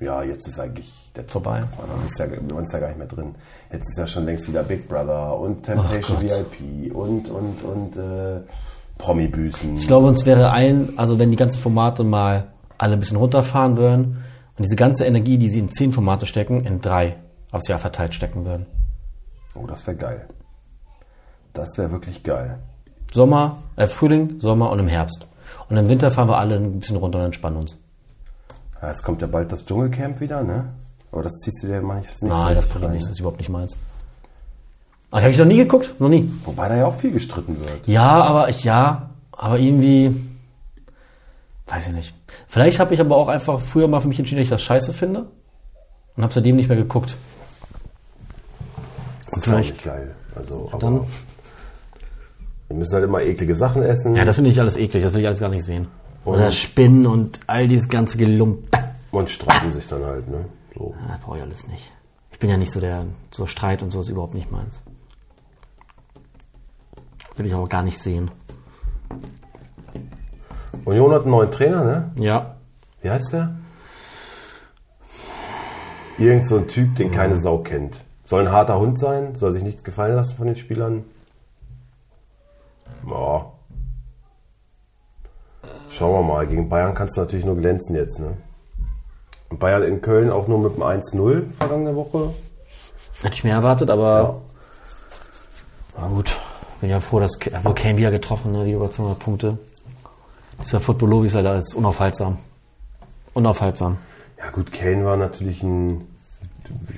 Speaker 2: Ja, jetzt ist eigentlich der Zopf
Speaker 3: Vorbei.
Speaker 2: abgefahren. Man ist ja, wir sind ja gar nicht mehr drin. Jetzt ist ja schon längst wieder Big Brother und Temptation
Speaker 3: Ach Gott.
Speaker 2: VIP und, und, und äh, Promi-Büßen.
Speaker 3: Ich glaube, uns wäre allen, also wenn die ganzen Formate mal alle ein bisschen runterfahren würden und diese ganze Energie, die sie in zehn Formate stecken, in drei aufs Jahr verteilt stecken würden.
Speaker 2: Oh, das wäre geil. Das wäre wirklich geil.
Speaker 3: Sommer, äh, Frühling, Sommer und im Herbst. Und im Winter fahren wir alle ein bisschen runter und entspannen uns.
Speaker 2: Ja, Ah, es kommt ja bald das Dschungelcamp wieder, ne? Aber das ziehst du dir manches nicht
Speaker 3: Nein, das
Speaker 2: richtig
Speaker 3: gucke ich
Speaker 2: rein,
Speaker 3: nicht, das
Speaker 2: ne?
Speaker 3: ist überhaupt nicht meins. Aber habe ich noch nie geguckt, noch nie.
Speaker 2: Wobei da ja auch viel gestritten wird.
Speaker 3: Ja, aber ich, ja, aber irgendwie, weiß ich nicht. Vielleicht habe ich aber auch einfach früher mal für mich entschieden, dass ich das scheiße finde und habe seitdem nicht mehr geguckt.
Speaker 2: Das ist
Speaker 3: vielleicht-
Speaker 2: auch nicht geil. Also, aber
Speaker 3: Dann-
Speaker 2: wir müssen halt immer eklige Sachen essen.
Speaker 3: Ja, das finde ich alles eklig, das will ich alles gar nicht sehen. Oder Spinnen und all dieses ganze Gelump. Das
Speaker 2: und streiten sich dann halt, ne? So.
Speaker 3: brauche ich alles nicht. Ich bin ja nicht so der, so Streit und so ist überhaupt nicht meins. Will ich auch gar nicht sehen.
Speaker 2: Union hat einen neuen Trainer, ne?
Speaker 3: Ja.
Speaker 2: Wie heißt der? Irgend so ein Typ, den keine Sau kennt. Soll ein harter Hund sein, soll sich nichts gefallen lassen von den Spielern. Ja. Schauen wir mal. Gegen Bayern kannst du natürlich nur glänzen jetzt, ne? Und Bayern in Köln auch nur mit dem 1-0 vergangene Woche.
Speaker 3: Hätte ich mehr erwartet, aber na gut. Bin ja froh, dass Ke- obwohl Kane wieder getroffen, ne? wieder über 200 Punkte. Dieser Football-Lobby ist halt alles unaufhaltsam. Unaufhaltsam.
Speaker 2: Ja gut, Kane war natürlich ein.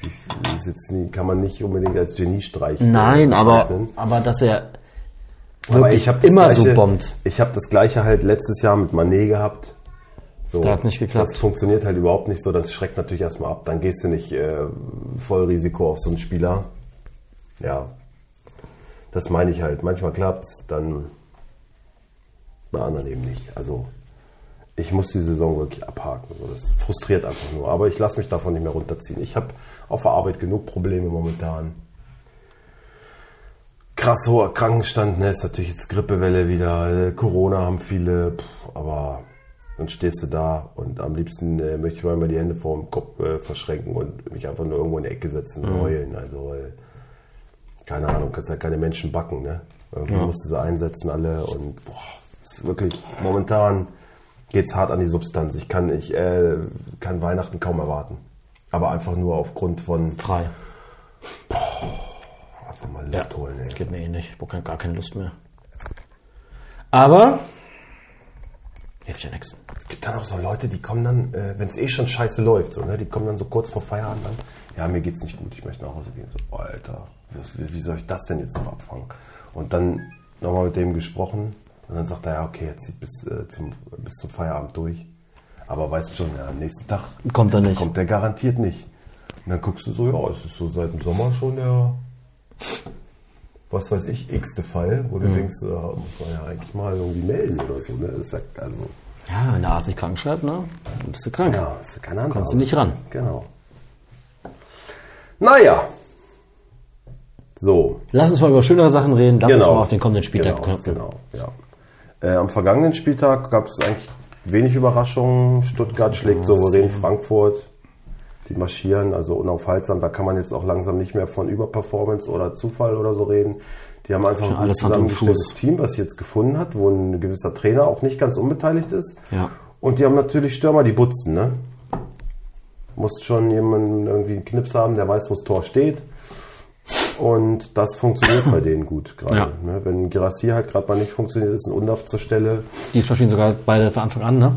Speaker 2: Ich, ist jetzt, nie- kann man nicht unbedingt als Geniestreich. äh,
Speaker 3: Nein, aber,
Speaker 2: bezeichnen.
Speaker 3: aber dass er
Speaker 2: Aber
Speaker 3: wirklich
Speaker 2: ich hab das
Speaker 3: immer
Speaker 2: gleiche,
Speaker 3: so bombt.
Speaker 2: Ich habe das gleiche halt letztes Jahr mit Manet gehabt. So,
Speaker 3: Da hat's nicht geklappt.
Speaker 2: Das funktioniert halt überhaupt nicht so. Das schreckt natürlich erstmal ab. Dann gehst du nicht äh, voll Risiko auf so einen Spieler. Ja. Das meine ich halt. Manchmal klappt's, dann bei anderen eben nicht. Also ich muss die Saison wirklich abhaken. So, das frustriert einfach nur. Aber ich lasse mich davon nicht mehr runterziehen. Ich habe auf der Arbeit genug Probleme momentan krass hoher Krankenstand, ne? Ist natürlich jetzt Grippewelle wieder, äh, Corona haben viele, pff, aber dann stehst du da und am liebsten äh, möchte ich mir mal die Hände vor dem Kopf äh, verschränken und mich einfach nur irgendwo in die Ecke setzen und heulen. Also, weil, keine Ahnung, kannst halt keine Menschen backen, ne? Irgendwie musst du sie einsetzen alle und boah, ist wirklich momentan geht's hart an die Substanz. Ich kann, ich äh, kann Weihnachten kaum erwarten. Aber einfach nur aufgrund von
Speaker 3: frei.
Speaker 2: einfach mal Luft holen, ey.
Speaker 3: Geht mir eh nicht. Ich habe gar keine Lust mehr. Aber hilft ja nichts.
Speaker 2: Es gibt dann auch so Leute, die kommen dann, äh, wenn es eh schon scheiße läuft, so, ne? die kommen dann so kurz vor Feierabend an, ja, mir geht's nicht gut, ich möchte nach Hause gehen. So, Alter, was, wie, wie soll ich das denn jetzt noch abfangen? Und dann nochmal mit dem gesprochen und dann sagt er, ja, okay, jetzt zieht bis, äh, zum, bis zum Feierabend durch. Aber weißt schon, ja, am nächsten Tag
Speaker 3: Kommt er nicht.
Speaker 2: kommt der garantiert nicht. Und dann guckst du so, ja, es ist so seit dem Sommer schon der, was weiß ich, x-te Fall, wo du denkst, ja, muss man ja eigentlich mal irgendwie melden oder so. Ne? Das sagt also...
Speaker 3: Ja, wenn der Arzt dich krank schreibt, ne? Dann bist du krank.
Speaker 2: Ja, das ist keine Antwort.
Speaker 3: Kommst du nicht ran.
Speaker 2: Genau. Naja. So,
Speaker 3: Lass uns mal über schönere Sachen reden. Lass uns
Speaker 2: genau.
Speaker 3: mal auf den kommenden Spieltag
Speaker 2: Genau,
Speaker 3: knüpfen.
Speaker 2: genau ja. äh, Am vergangenen Spieltag gab es eigentlich wenig Überraschungen. Stuttgart schlägt souverän Frankfurt. Die marschieren, also unaufhaltsam. Da kann man jetzt auch langsam nicht mehr von Überperformance oder Zufall oder so reden. Die haben einfach ein
Speaker 3: alles Hand und
Speaker 2: zusammengestelltes
Speaker 3: Fuß.
Speaker 2: Team, was sie jetzt gefunden hat, wo ein gewisser Trainer auch nicht ganz unbeteiligt ist.
Speaker 3: Ja.
Speaker 2: Und die haben natürlich Stürmer, die putzen, ne? Muss schon jemanden irgendwie einen Knips haben, der weiß, wo das Tor steht. Und das funktioniert bei denen gut gerade.
Speaker 3: Ja.
Speaker 2: Ne? Wenn Girassi halt gerade mal nicht funktioniert, ist ein Undaf zur Stelle.
Speaker 3: Diesmal spielen sogar beide von Anfang an, ne?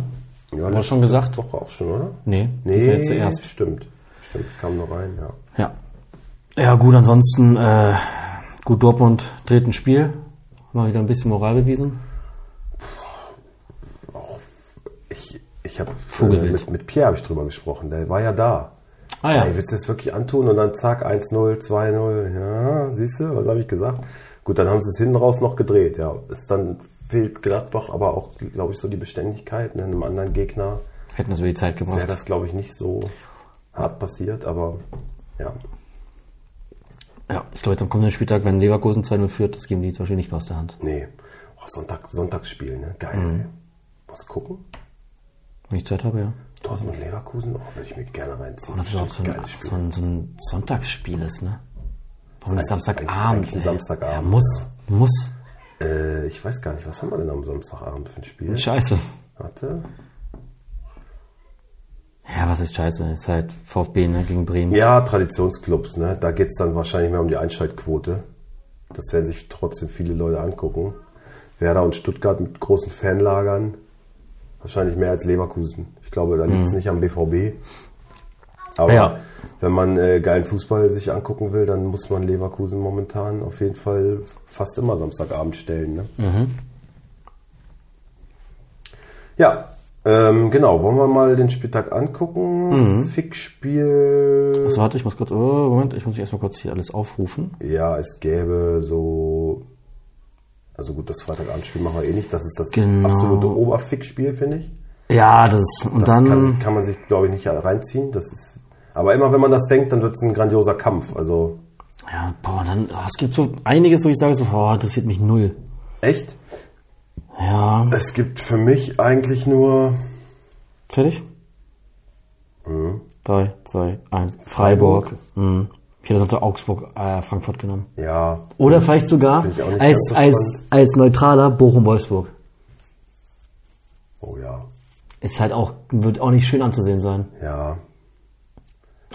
Speaker 2: Ja,
Speaker 3: Wurde schon gesagt?
Speaker 2: Doch auch schon, oder?
Speaker 3: Nee,
Speaker 2: Nee,
Speaker 3: das war jetzt zuerst.
Speaker 2: stimmt. Stimmt, kam noch rein, ja.
Speaker 3: Ja. Ja, gut, ansonsten, äh, gut, Dortmund dreht ein Spiel. Mal wieder ein bisschen Moral bewiesen.
Speaker 2: Ich, ich habe
Speaker 3: Vogelwild.
Speaker 2: mit, mit Pierre habe ich drüber gesprochen, der war ja da.
Speaker 3: Ah ja.
Speaker 2: Ey, willst du das wirklich antun? Und dann zack, 1-0, 2-0. Ja, siehst du, was habe ich gesagt? Gut, dann haben sie es hinten raus noch gedreht. Ja, ist dann fehlt Gladbach, aber auch, glaube ich, so die Beständigkeit. Ne? Einem anderen Gegner
Speaker 3: Hätten das über die Zeit gebracht.
Speaker 2: wäre das, glaube ich, nicht so hart passiert, aber ja.
Speaker 3: Ja, ich glaube, jetzt am kommenden Spieltag, wenn Leverkusen 2-0 führt, das geben die jetzt wahrscheinlich nicht mehr aus der Hand.
Speaker 2: Nee. Oh, Sonntag, Sonntagsspiel, ne? Geil.
Speaker 3: Mhm.
Speaker 2: ey. Muss gucken.
Speaker 3: Wenn ich Zeit habe, ja.
Speaker 2: Dortmund Leverkusen, oh, würde ich mir gerne reinziehen.
Speaker 3: Das ist überhaupt so ein,
Speaker 2: geiles Spiel.
Speaker 3: so, ein, so ein Sonntagsspiel ist, ne? Warum
Speaker 2: Eigentlich-
Speaker 3: nicht Samstagabend?
Speaker 2: eigentlich ein
Speaker 3: ey?
Speaker 2: Samstagabend,
Speaker 3: Ja, muss, muss.
Speaker 2: Äh, ich weiß gar nicht, was haben wir denn am Samstagabend für ein Spiel?
Speaker 3: Scheiße.
Speaker 2: Warte.
Speaker 3: Ja, was ist scheiße? Ist halt VfB ne, gegen Bremen.
Speaker 2: Ja, Traditionsclubs, ne? Da geht's dann wahrscheinlich mehr um die Einschaltquote. Das werden sich trotzdem viele Leute angucken. Werder und Stuttgart mit großen Fanlagern. Wahrscheinlich mehr als Leverkusen. Ich glaube, da liegt es nicht am BVB. Aber
Speaker 3: Ja.
Speaker 2: wenn man äh, geilen Fußball sich angucken will, dann muss man Leverkusen momentan auf jeden Fall fast immer Samstagabend stellen. Ne? Ja, ähm, genau. Wollen wir mal den Spieltag angucken? Fickspiel.
Speaker 3: So, warte, ich muss kurz, oh, Moment, ich muss erstmal kurz hier alles aufrufen.
Speaker 2: Ja, es gäbe so. Also gut, das Freitagabendspiel machen wir eh nicht. Das ist das
Speaker 3: Genau.
Speaker 2: absolute Oberfickspiel, finde ich.
Speaker 3: Ja, das, und
Speaker 2: Das
Speaker 3: dann,
Speaker 2: kann, kann man sich, glaube ich, nicht reinziehen. Das ist, aber immer wenn man das denkt, dann wird es ein grandioser Kampf. Also
Speaker 3: ja, boah, dann, oh, es gibt so einiges, wo ich sage so, boah, interessiert mich null.
Speaker 2: echt?
Speaker 3: Ja,
Speaker 2: Es gibt für mich eigentlich nur.
Speaker 3: fertig?
Speaker 2: Mhm.
Speaker 3: Drei, zwei, eins. Freiburg. Mhm. Ich hätte sonst auch Augsburg, äh, Frankfurt genommen.
Speaker 2: Ja.
Speaker 5: Oder vielleicht sogar
Speaker 2: Find ich auch nicht
Speaker 5: als,
Speaker 2: ganz so
Speaker 5: als,
Speaker 2: spannend.
Speaker 5: als neutraler Bochum-Wolfsburg.
Speaker 2: Oh ja.
Speaker 5: Ist halt auch, wird auch nicht schön anzusehen sein.
Speaker 2: Ja.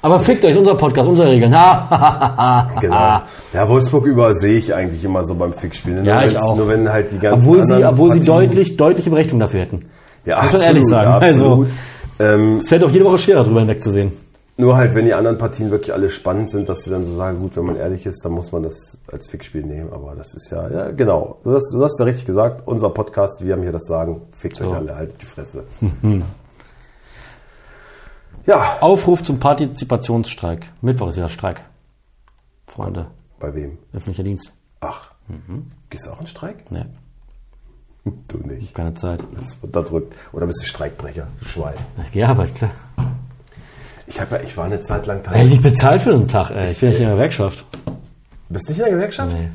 Speaker 5: Aber fickt euch, unser Podcast, unsere Regeln. Ha, ha, ha, ha.
Speaker 2: Genau. Ja, Wolfsburg übersehe ich eigentlich immer so beim Fickspiel. ne?
Speaker 3: Ja,
Speaker 2: nur
Speaker 3: ich
Speaker 2: wenn's-
Speaker 3: auch.
Speaker 2: Nur wenn halt die ganzen
Speaker 5: Obwohl sie,
Speaker 2: anderen
Speaker 5: obwohl sie
Speaker 2: Partien-
Speaker 5: deutlich, deutliche Berechtigung dafür hätten.
Speaker 2: Ja,
Speaker 5: muss man
Speaker 2: absolut,
Speaker 5: ehrlich sagen. also
Speaker 2: Absolut. Ähm,
Speaker 5: Es fällt auch jede Woche schwerer, drüber hinwegzusehen.
Speaker 2: Nur halt, wenn die anderen Partien wirklich alle spannend sind, dass sie dann so sagen, gut, wenn man ehrlich ist, dann muss man das als Fickspiel nehmen. Aber das ist ja, ja genau. Du hast, du hast ja richtig gesagt, unser Podcast, wir haben hier das Sagen, fickt euch alle, halt die Fresse. ja,
Speaker 3: Aufruf zum Partizipationsstreik. Mittwoch ist wieder Streik. Freunde,
Speaker 2: bei wem?
Speaker 3: öffentlicher Dienst.
Speaker 2: Ach, gehst du auch in Streik?
Speaker 3: Nee,
Speaker 2: Du nicht.
Speaker 3: keine Zeit.
Speaker 2: Das wird unterdrückt. Oder bist du Streikbrecher? Du Schwein.
Speaker 3: Ja, aber klar.
Speaker 2: Ich, hab ja, ich war eine Zeit lang
Speaker 3: Ey,
Speaker 2: Teil.
Speaker 3: ich bezahlt für den Tag, ey. Ich bin nicht in der Gewerkschaft.
Speaker 2: Bist nicht in der Gewerkschaft?
Speaker 3: Nee.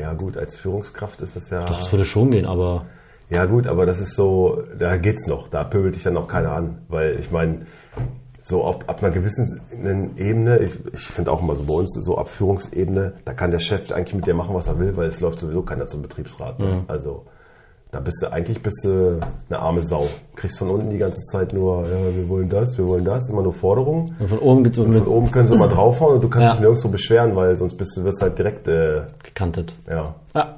Speaker 2: Ja, gut, als Führungskraft ist das ja.
Speaker 3: Doch, das würde schon gehen, aber
Speaker 2: Ja gut, aber das ist so, da geht's noch, da pöbelt dich dann auch keiner an, weil ich meine, so ab, ab einer gewissen Ebene, ich, ich finde auch immer so bei uns, so ab Führungsebene, da kann der Chef eigentlich mit dir machen, was er will, weil es läuft sowieso keiner zum Betriebsrat. Ne? Also da bist du, eigentlich bist du eine arme Sau. Kriegst von unten die ganze Zeit nur, ja, wir wollen das, wir wollen das, immer nur Forderungen.
Speaker 3: und von oben geht's irgendwie
Speaker 2: Von oben können sie immer draufhauen und du kannst
Speaker 3: Mhm. Ja.
Speaker 2: dich nirgendwo beschweren, weil sonst bist du, wirst halt direkt, äh,
Speaker 3: gekantet.
Speaker 2: ja,
Speaker 3: Ja,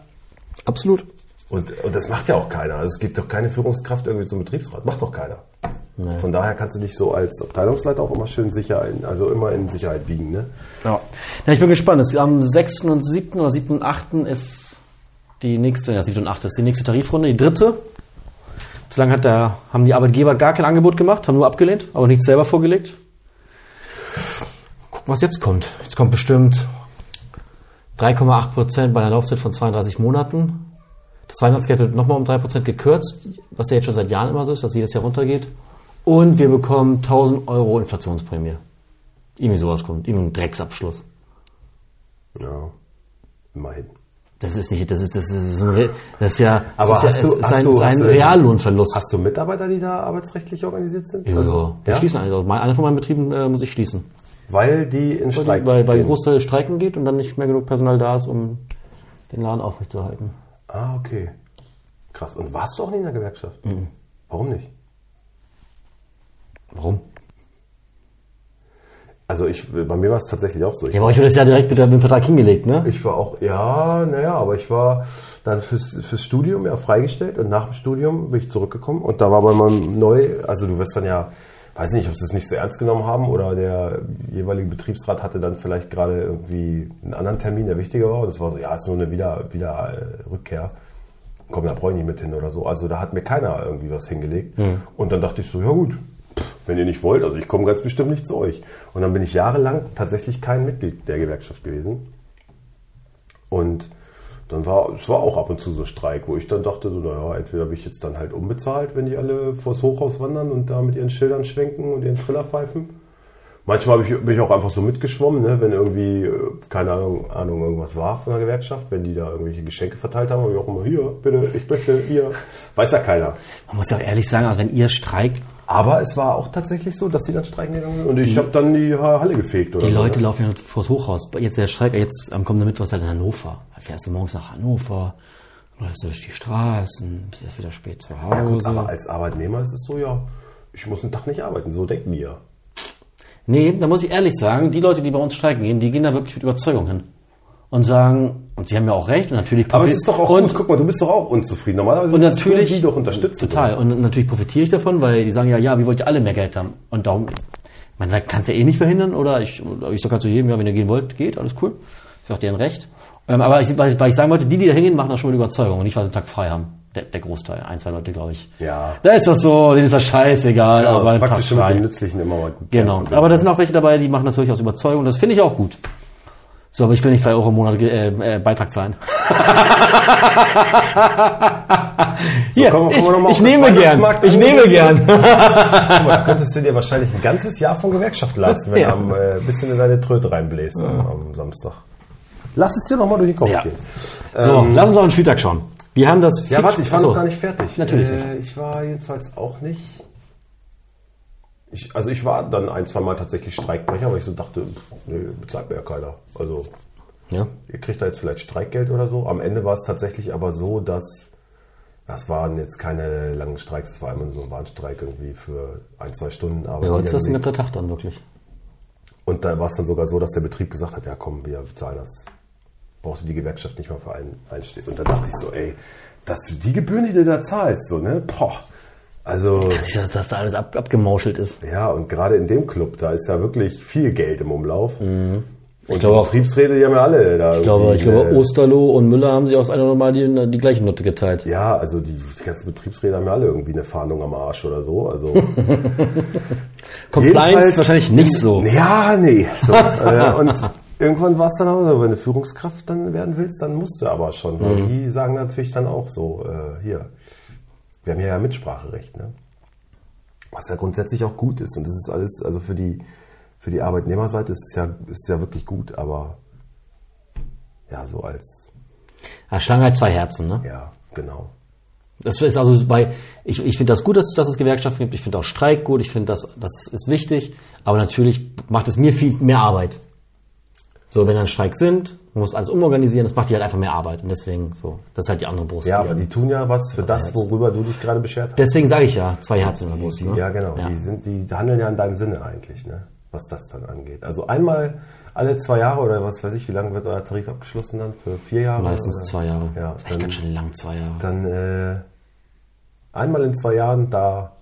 Speaker 3: absolut.
Speaker 2: und, und das macht ja auch keiner. Also es gibt doch keine Führungskraft irgendwie zum Betriebsrat. Macht doch keiner. Von daher kannst du dich so als Abteilungsleiter auch immer schön sicher, in, also immer in Sicherheit wiegen. Ne?
Speaker 3: Ja. ja, ich bin gespannt. Es- Am 6. und 7. oder 7. und 8. ist die nächste, ja, 7. und 8. ist die nächste Tarifrunde, die dritte. Bislang hat der, haben die Arbeitgeber gar kein Angebot gemacht, haben nur abgelehnt, aber nichts selber vorgelegt. Gucken, was jetzt kommt. Jetzt kommt bestimmt 3,8 Prozent bei einer Laufzeit von 32 Monaten. Das Weihnachtsgeld wird nochmal um 3 Prozent gekürzt, was ja jetzt schon seit Jahren immer so ist, dass jedes Jahr runtergeht. Und wir bekommen 1000 Euro Inflationsprämie. Irgendwie sowas kommt, irgendein Drecksabschluss.
Speaker 2: Ja, immerhin.
Speaker 3: Das ist nicht, das ist, das ist, das ist, ein, Re- das ist ja, das
Speaker 2: Aber
Speaker 3: ist ja,
Speaker 2: hast
Speaker 3: es
Speaker 2: du-
Speaker 3: ist
Speaker 2: hast
Speaker 3: ein,
Speaker 2: du-
Speaker 3: ist ein
Speaker 2: hast du-
Speaker 3: Reallohnverlust.
Speaker 2: Hast du Mitarbeiter, die da arbeitsrechtlich organisiert sind?
Speaker 3: ja,
Speaker 2: Also,
Speaker 3: wir
Speaker 2: ja?
Speaker 3: schließen einen. Einer von meinen Betrieben äh, muss ich schließen.
Speaker 2: Weil die in Streik
Speaker 3: Weil, weil
Speaker 2: gehen.
Speaker 3: Großteil streiken geht und dann nicht mehr genug Personal da ist, um den Laden aufrechtzuerhalten.
Speaker 2: Ah, okay. Krass. Und warst du auch nie in der Gewerkschaft?
Speaker 3: Mhm.
Speaker 2: Warum nicht?
Speaker 3: Warum?
Speaker 2: Also ich, bei mir war es tatsächlich auch so. Ich
Speaker 3: Ja, aber ich wurde das ja direkt mit dem Vertrag hingelegt, ne?
Speaker 2: Ich war auch, ja, naja, aber ich war dann fürs, fürs Studium ja freigestellt und nach dem Studium bin ich zurückgekommen und da war bei meinem neu, also du wirst dann ja, weiß nicht, ob sie es nicht so ernst genommen haben oder der jeweilige Betriebsrat hatte dann vielleicht gerade irgendwie einen anderen Termin, der wichtiger war und es war so, ja, es ist nur eine Wieder, Wieder äh, Rückkehr. Komm, da brauche ich nicht mit hin oder so. Also da hat mir keiner irgendwie was hingelegt. Und dann dachte ich so, ja gut, pff, wenn ihr nicht wollt, also ich komme ganz bestimmt nicht zu euch. Und dann bin ich jahrelang tatsächlich kein Mitglied der Gewerkschaft gewesen. Und dann war, es war auch ab und zu so Streik, wo ich dann dachte, so, naja, entweder bin ich jetzt dann halt unbezahlt, wenn die alle vors Hochhaus wandern und da mit ihren Schildern schwenken und ihren Triller pfeifen. Manchmal hab ich, bin ich auch einfach so mitgeschwommen, ne? wenn irgendwie, äh, keine Ahnung, Ahnung, irgendwas war von der Gewerkschaft, wenn die da irgendwelche Geschenke verteilt haben, habe ich auch immer, hier, bitte, ich möchte, hier. Weiß ja keiner.
Speaker 3: Man muss ja auch ehrlich sagen, also wenn ihr streikt,
Speaker 2: Aber es war auch tatsächlich so, dass die dann streiken gegangen sind und ich habe dann die Halle gefegt. Oder
Speaker 3: die
Speaker 2: so,
Speaker 3: Leute
Speaker 2: ne?
Speaker 3: laufen ja vors Hochhaus. Jetzt der Streik, jetzt am kommenden Mittwoch ist halt in Hannover. Da fährst du morgens nach Hannover, läufst du durch die Straßen, bist erst wieder spät zu Hause.
Speaker 2: Ja, gut, aber als Arbeitnehmer ist es so, ja, ich muss einen Tag nicht arbeiten, so denken die ja.
Speaker 3: Nee, da muss ich ehrlich sagen, die Leute, die bei uns streiken gehen, die gehen da wirklich mit Überzeugung hin. Und sagen, Und sie haben ja auch recht. Und natürlich
Speaker 2: Aber
Speaker 3: profi-
Speaker 2: es ist doch auch
Speaker 3: und,
Speaker 2: gut. Guck mal, du bist doch auch unzufrieden. Normalerweise
Speaker 3: und
Speaker 2: müsstest du
Speaker 3: natürlich
Speaker 2: die doch unterstützen.
Speaker 3: Total. Und natürlich profitiere ich davon, weil die sagen ja, ja, wie wollt ihr alle mehr Geld haben? Und darum, man kannst ja eh nicht verhindern, oder? Ich, ich sage halt zu jedem, ja, wenn ihr gehen wollt, geht, alles cool. Ist ja auch deren Recht. Ähm, aber ich, weil, ich- weil ich sagen wollte, die, die da hingehen, machen das schon mit Überzeugung und nicht, weil sie einen Tag frei haben. Der, der Großteil, ein, zwei Leute, glaube ich.
Speaker 2: Ja.
Speaker 3: Da ist das so, denen ist das scheißegal,
Speaker 2: Ja,
Speaker 3: aber
Speaker 2: aber
Speaker 3: einen
Speaker 2: das
Speaker 3: Tag
Speaker 2: Praktische mit
Speaker 3: frei.
Speaker 2: dem Nützlichen immer mal.
Speaker 3: Genau. Aber da sind auch welche dabei, die machen das wirklich aus Überzeugung. Das finde ich auch gut. So, aber ich will nicht drei Euro im Monat äh, äh, Beitrag zahlen. Hier,
Speaker 2: kommen wir- kommen wir noch mal
Speaker 3: ich,
Speaker 2: auf
Speaker 3: ich
Speaker 2: den
Speaker 3: nehme gern.
Speaker 2: Weihnachtsmarkt
Speaker 3: Ich
Speaker 2: ein.
Speaker 3: nehme gern.
Speaker 2: Guck mal, da könntest du dir wahrscheinlich ein ganzes Jahr von Gewerkschaft lassen, wenn
Speaker 3: Ja.
Speaker 2: du am, äh, ein bisschen in deine Tröte reinbläst am- am Samstag. Lass es dir nochmal durch den Kopf
Speaker 3: Ja.
Speaker 2: gehen.
Speaker 3: So, lass uns noch einen Spieltag schauen. Wir haben das.
Speaker 2: Ähm, Ja,
Speaker 3: Fix-
Speaker 2: warte, ich war
Speaker 3: Achso.
Speaker 2: noch gar nicht fertig.
Speaker 3: Natürlich
Speaker 2: Äh, ich war jedenfalls auch nicht. Ich, also ich war dann ein, zwei Mal tatsächlich Streikbrecher, weil ich so dachte, pff, nee, bezahlt mir ja keiner. Also
Speaker 3: Ja.
Speaker 2: ihr kriegt da jetzt vielleicht Streikgeld oder so. Am Ende war es tatsächlich aber so, dass das waren jetzt keine langen Streiks, es war einmal so ein Warnstreik irgendwie für ein, zwei Stunden. Aber
Speaker 3: Ja,
Speaker 2: die
Speaker 3: heute ist
Speaker 2: dann
Speaker 3: das ein
Speaker 2: nicht-
Speaker 3: ganzer Tag dann wirklich.
Speaker 2: Und da war es dann sogar so, dass der Betrieb gesagt hat, ja komm, wir bezahlen das. Brauchte die Gewerkschaft nicht mal für einen einsteht. Und da dachte ich so, ey, dass du die Gebühren, die du da zahlst, so, ne? Boah. Also,
Speaker 3: Dass, ich, dass das alles ab, abgemauschelt ist.
Speaker 2: ja, und gerade in dem Club, da ist ja wirklich viel Geld im Umlauf. Und ich
Speaker 3: Mhm. glaube
Speaker 2: die
Speaker 3: auch-
Speaker 2: Betriebsräte, die haben ja alle da.
Speaker 3: Ich glaube, ich glaube,
Speaker 2: äh,
Speaker 3: Osterloh und Müller haben sich aus einer Nummer die, die gleiche Note geteilt.
Speaker 2: Ja, also die, die ganzen Betriebsräte haben ja alle irgendwie eine Fahndung am Arsch oder so. Also
Speaker 3: Compliance
Speaker 2: Jedenfalls-
Speaker 3: wahrscheinlich nicht so.
Speaker 2: Ja, nee. So, äh, und irgendwann war es dann auch so, wenn du Führungskraft dann werden willst, dann musst du aber schon.
Speaker 3: Mhm.
Speaker 2: Weil die sagen natürlich dann auch so, äh, hier, wir haben ja ja Mitspracherecht, ne? Was ja grundsätzlich auch gut ist. Und das ist alles, also für die, für die Arbeitnehmerseite ist es ja, ist es ja wirklich gut, aber ja, so als,
Speaker 3: Ja, Schlange Ah, hat zwei Herzen, ne?
Speaker 2: ja, genau.
Speaker 3: Das ist also bei, ich, ich finde das gut, dass, dass es Gewerkschaften gibt. Ich finde auch Streik gut. Ich finde, das, das ist wichtig. Aber natürlich macht es mir viel mehr Arbeit. So, wenn dann Streik sind, man muss alles umorganisieren. Das macht die halt einfach mehr Arbeit. Und deswegen, so, das ist halt die andere Brust.
Speaker 2: Ja,
Speaker 3: die
Speaker 2: aber die tun ja was für das,
Speaker 3: Herz.
Speaker 2: worüber du dich gerade beschert hast.
Speaker 3: deswegen sage ich ja, zwei Herzen in der Brust. Ne?
Speaker 2: Ja, genau.
Speaker 3: Ja.
Speaker 2: Die, sind, die handeln ja in deinem Sinne eigentlich, ne? was das dann angeht. Also einmal alle zwei Jahre oder was weiß ich, wie lange wird euer Tarif abgeschlossen dann? Für vier Jahre?
Speaker 3: Meistens
Speaker 2: oder?
Speaker 3: zwei Jahre.
Speaker 2: Ja,
Speaker 3: das ist echt
Speaker 2: dann,
Speaker 3: ganz schön lang, zwei Jahre.
Speaker 2: dann äh, einmal in zwei Jahren, da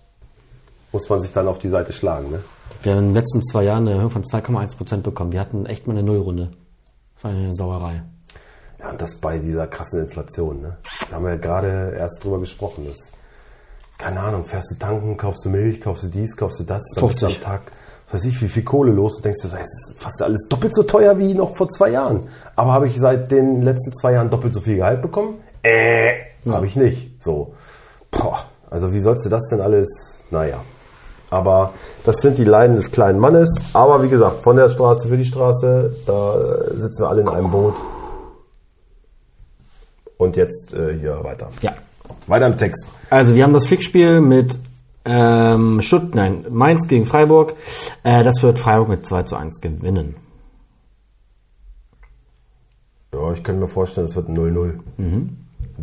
Speaker 2: muss man sich dann auf die Seite schlagen. Ne?
Speaker 3: Wir haben in den letzten zwei Jahren eine Erhöhung von 2,1 Prozent bekommen. Wir hatten echt mal eine Nullrunde. Das war eine Sauerei.
Speaker 2: Ja, und das bei dieser krassen Inflation. Ne? Da haben wir ja gerade erst drüber gesprochen. Dass, keine Ahnung, fährst du tanken, kaufst du Milch, kaufst du dies, kaufst du das, dann bist du
Speaker 3: 50.
Speaker 2: am Tag, was weiß ich, wie viel Kohle los. Du denkst dir so, ey, es ist fast alles doppelt so teuer wie noch vor zwei Jahren. Aber habe ich seit den letzten zwei Jahren doppelt so viel Gehalt bekommen? Äh, habe ich nicht. So, boah, also wie sollst du das denn alles, naja. Aber das sind die Leiden des kleinen Mannes. Aber wie gesagt, von der Straße für die Straße, da äh, sitzen wir alle in einem Boot. Und jetzt äh, hier weiter.
Speaker 3: Ja.
Speaker 2: Weiter im Text.
Speaker 3: Also wir haben das Fixspiel mit ähm, Schutt, nein, Mainz gegen Freiburg. Äh, das wird Freiburg mit 2 zu 1 gewinnen.
Speaker 2: Ja, ich könnte mir vorstellen, es wird ein 0-0.
Speaker 3: Mhm.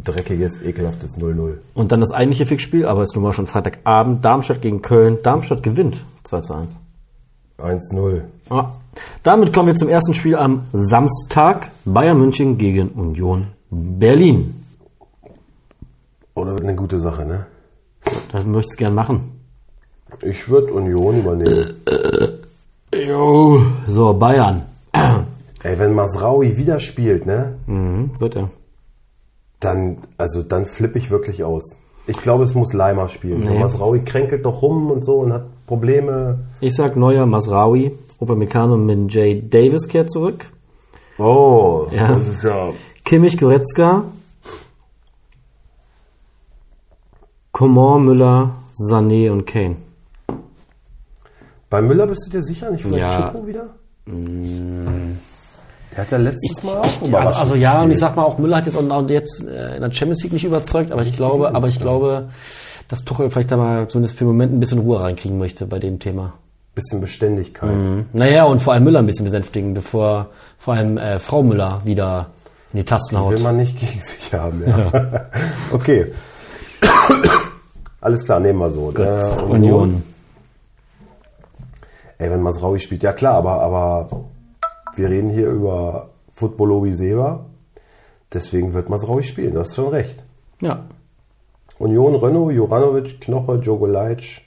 Speaker 2: Dreckiges, ekelhaftes 0-0.
Speaker 3: Und dann das eigentliche Fixspiel, aber es ist nun mal schon Freitagabend, Darmstadt gegen Köln. Darmstadt gewinnt 2 zu 1.
Speaker 2: 1-0.
Speaker 3: Ah. Damit kommen wir zum ersten Spiel am Samstag. Bayern München gegen Union Berlin.
Speaker 2: Oder wird eine gute Sache, ne?
Speaker 3: Das möchte ich gern machen.
Speaker 2: Ich würde Union übernehmen.
Speaker 3: Jo. So, Bayern.
Speaker 2: Ey, wenn Masraui wieder spielt, ne?
Speaker 3: Mhm, bitte.
Speaker 2: Dann, also dann flippe ich wirklich aus. Ich glaube, es muss Leimer spielen.
Speaker 3: Nee.
Speaker 2: Masraui kränkelt doch rum und so und hat Probleme.
Speaker 3: Ich sag Neuer, Masraoui, Upamecano, Min J. Davis kehrt zurück.
Speaker 2: Oh,
Speaker 3: Ja.
Speaker 2: das ist ja.
Speaker 3: Kimmich, Goretzka, Coman, Müller, Sané und Kane.
Speaker 2: Bei Müller bist du dir sicher nicht? Vielleicht
Speaker 3: Ja. Mm.
Speaker 2: Chico wieder? Der hat ja letztes Mal auch überrascht.
Speaker 3: Also, also ja, und ich sag mal auch, Müller hat jetzt, und auch jetzt äh, in der Champions League nicht überzeugt, aber ich glaube, aber ich glaube, dass Tuchel vielleicht da mal zumindest für den Moment ein bisschen Ruhe reinkriegen möchte bei dem Thema.
Speaker 2: Bisschen Beständigkeit.
Speaker 3: Naja, und vor allem Müller ein bisschen besänftigen, bevor vor allem äh, Frau Müller wieder in die Tasten haut.
Speaker 2: Will man nicht gegen sich haben, ja. okay. Alles klar, nehmen wir so.
Speaker 3: Götz,
Speaker 2: Äh,
Speaker 3: Union.
Speaker 2: Ey, wenn Masraui spielt, ja klar, aber, aber wir reden hier über Football Lobby Seba. Deswegen wird man es ruhig spielen, das ist schon recht.
Speaker 3: Ja.
Speaker 2: Union, Renault, Juranovic, Knoche, Jogolaic,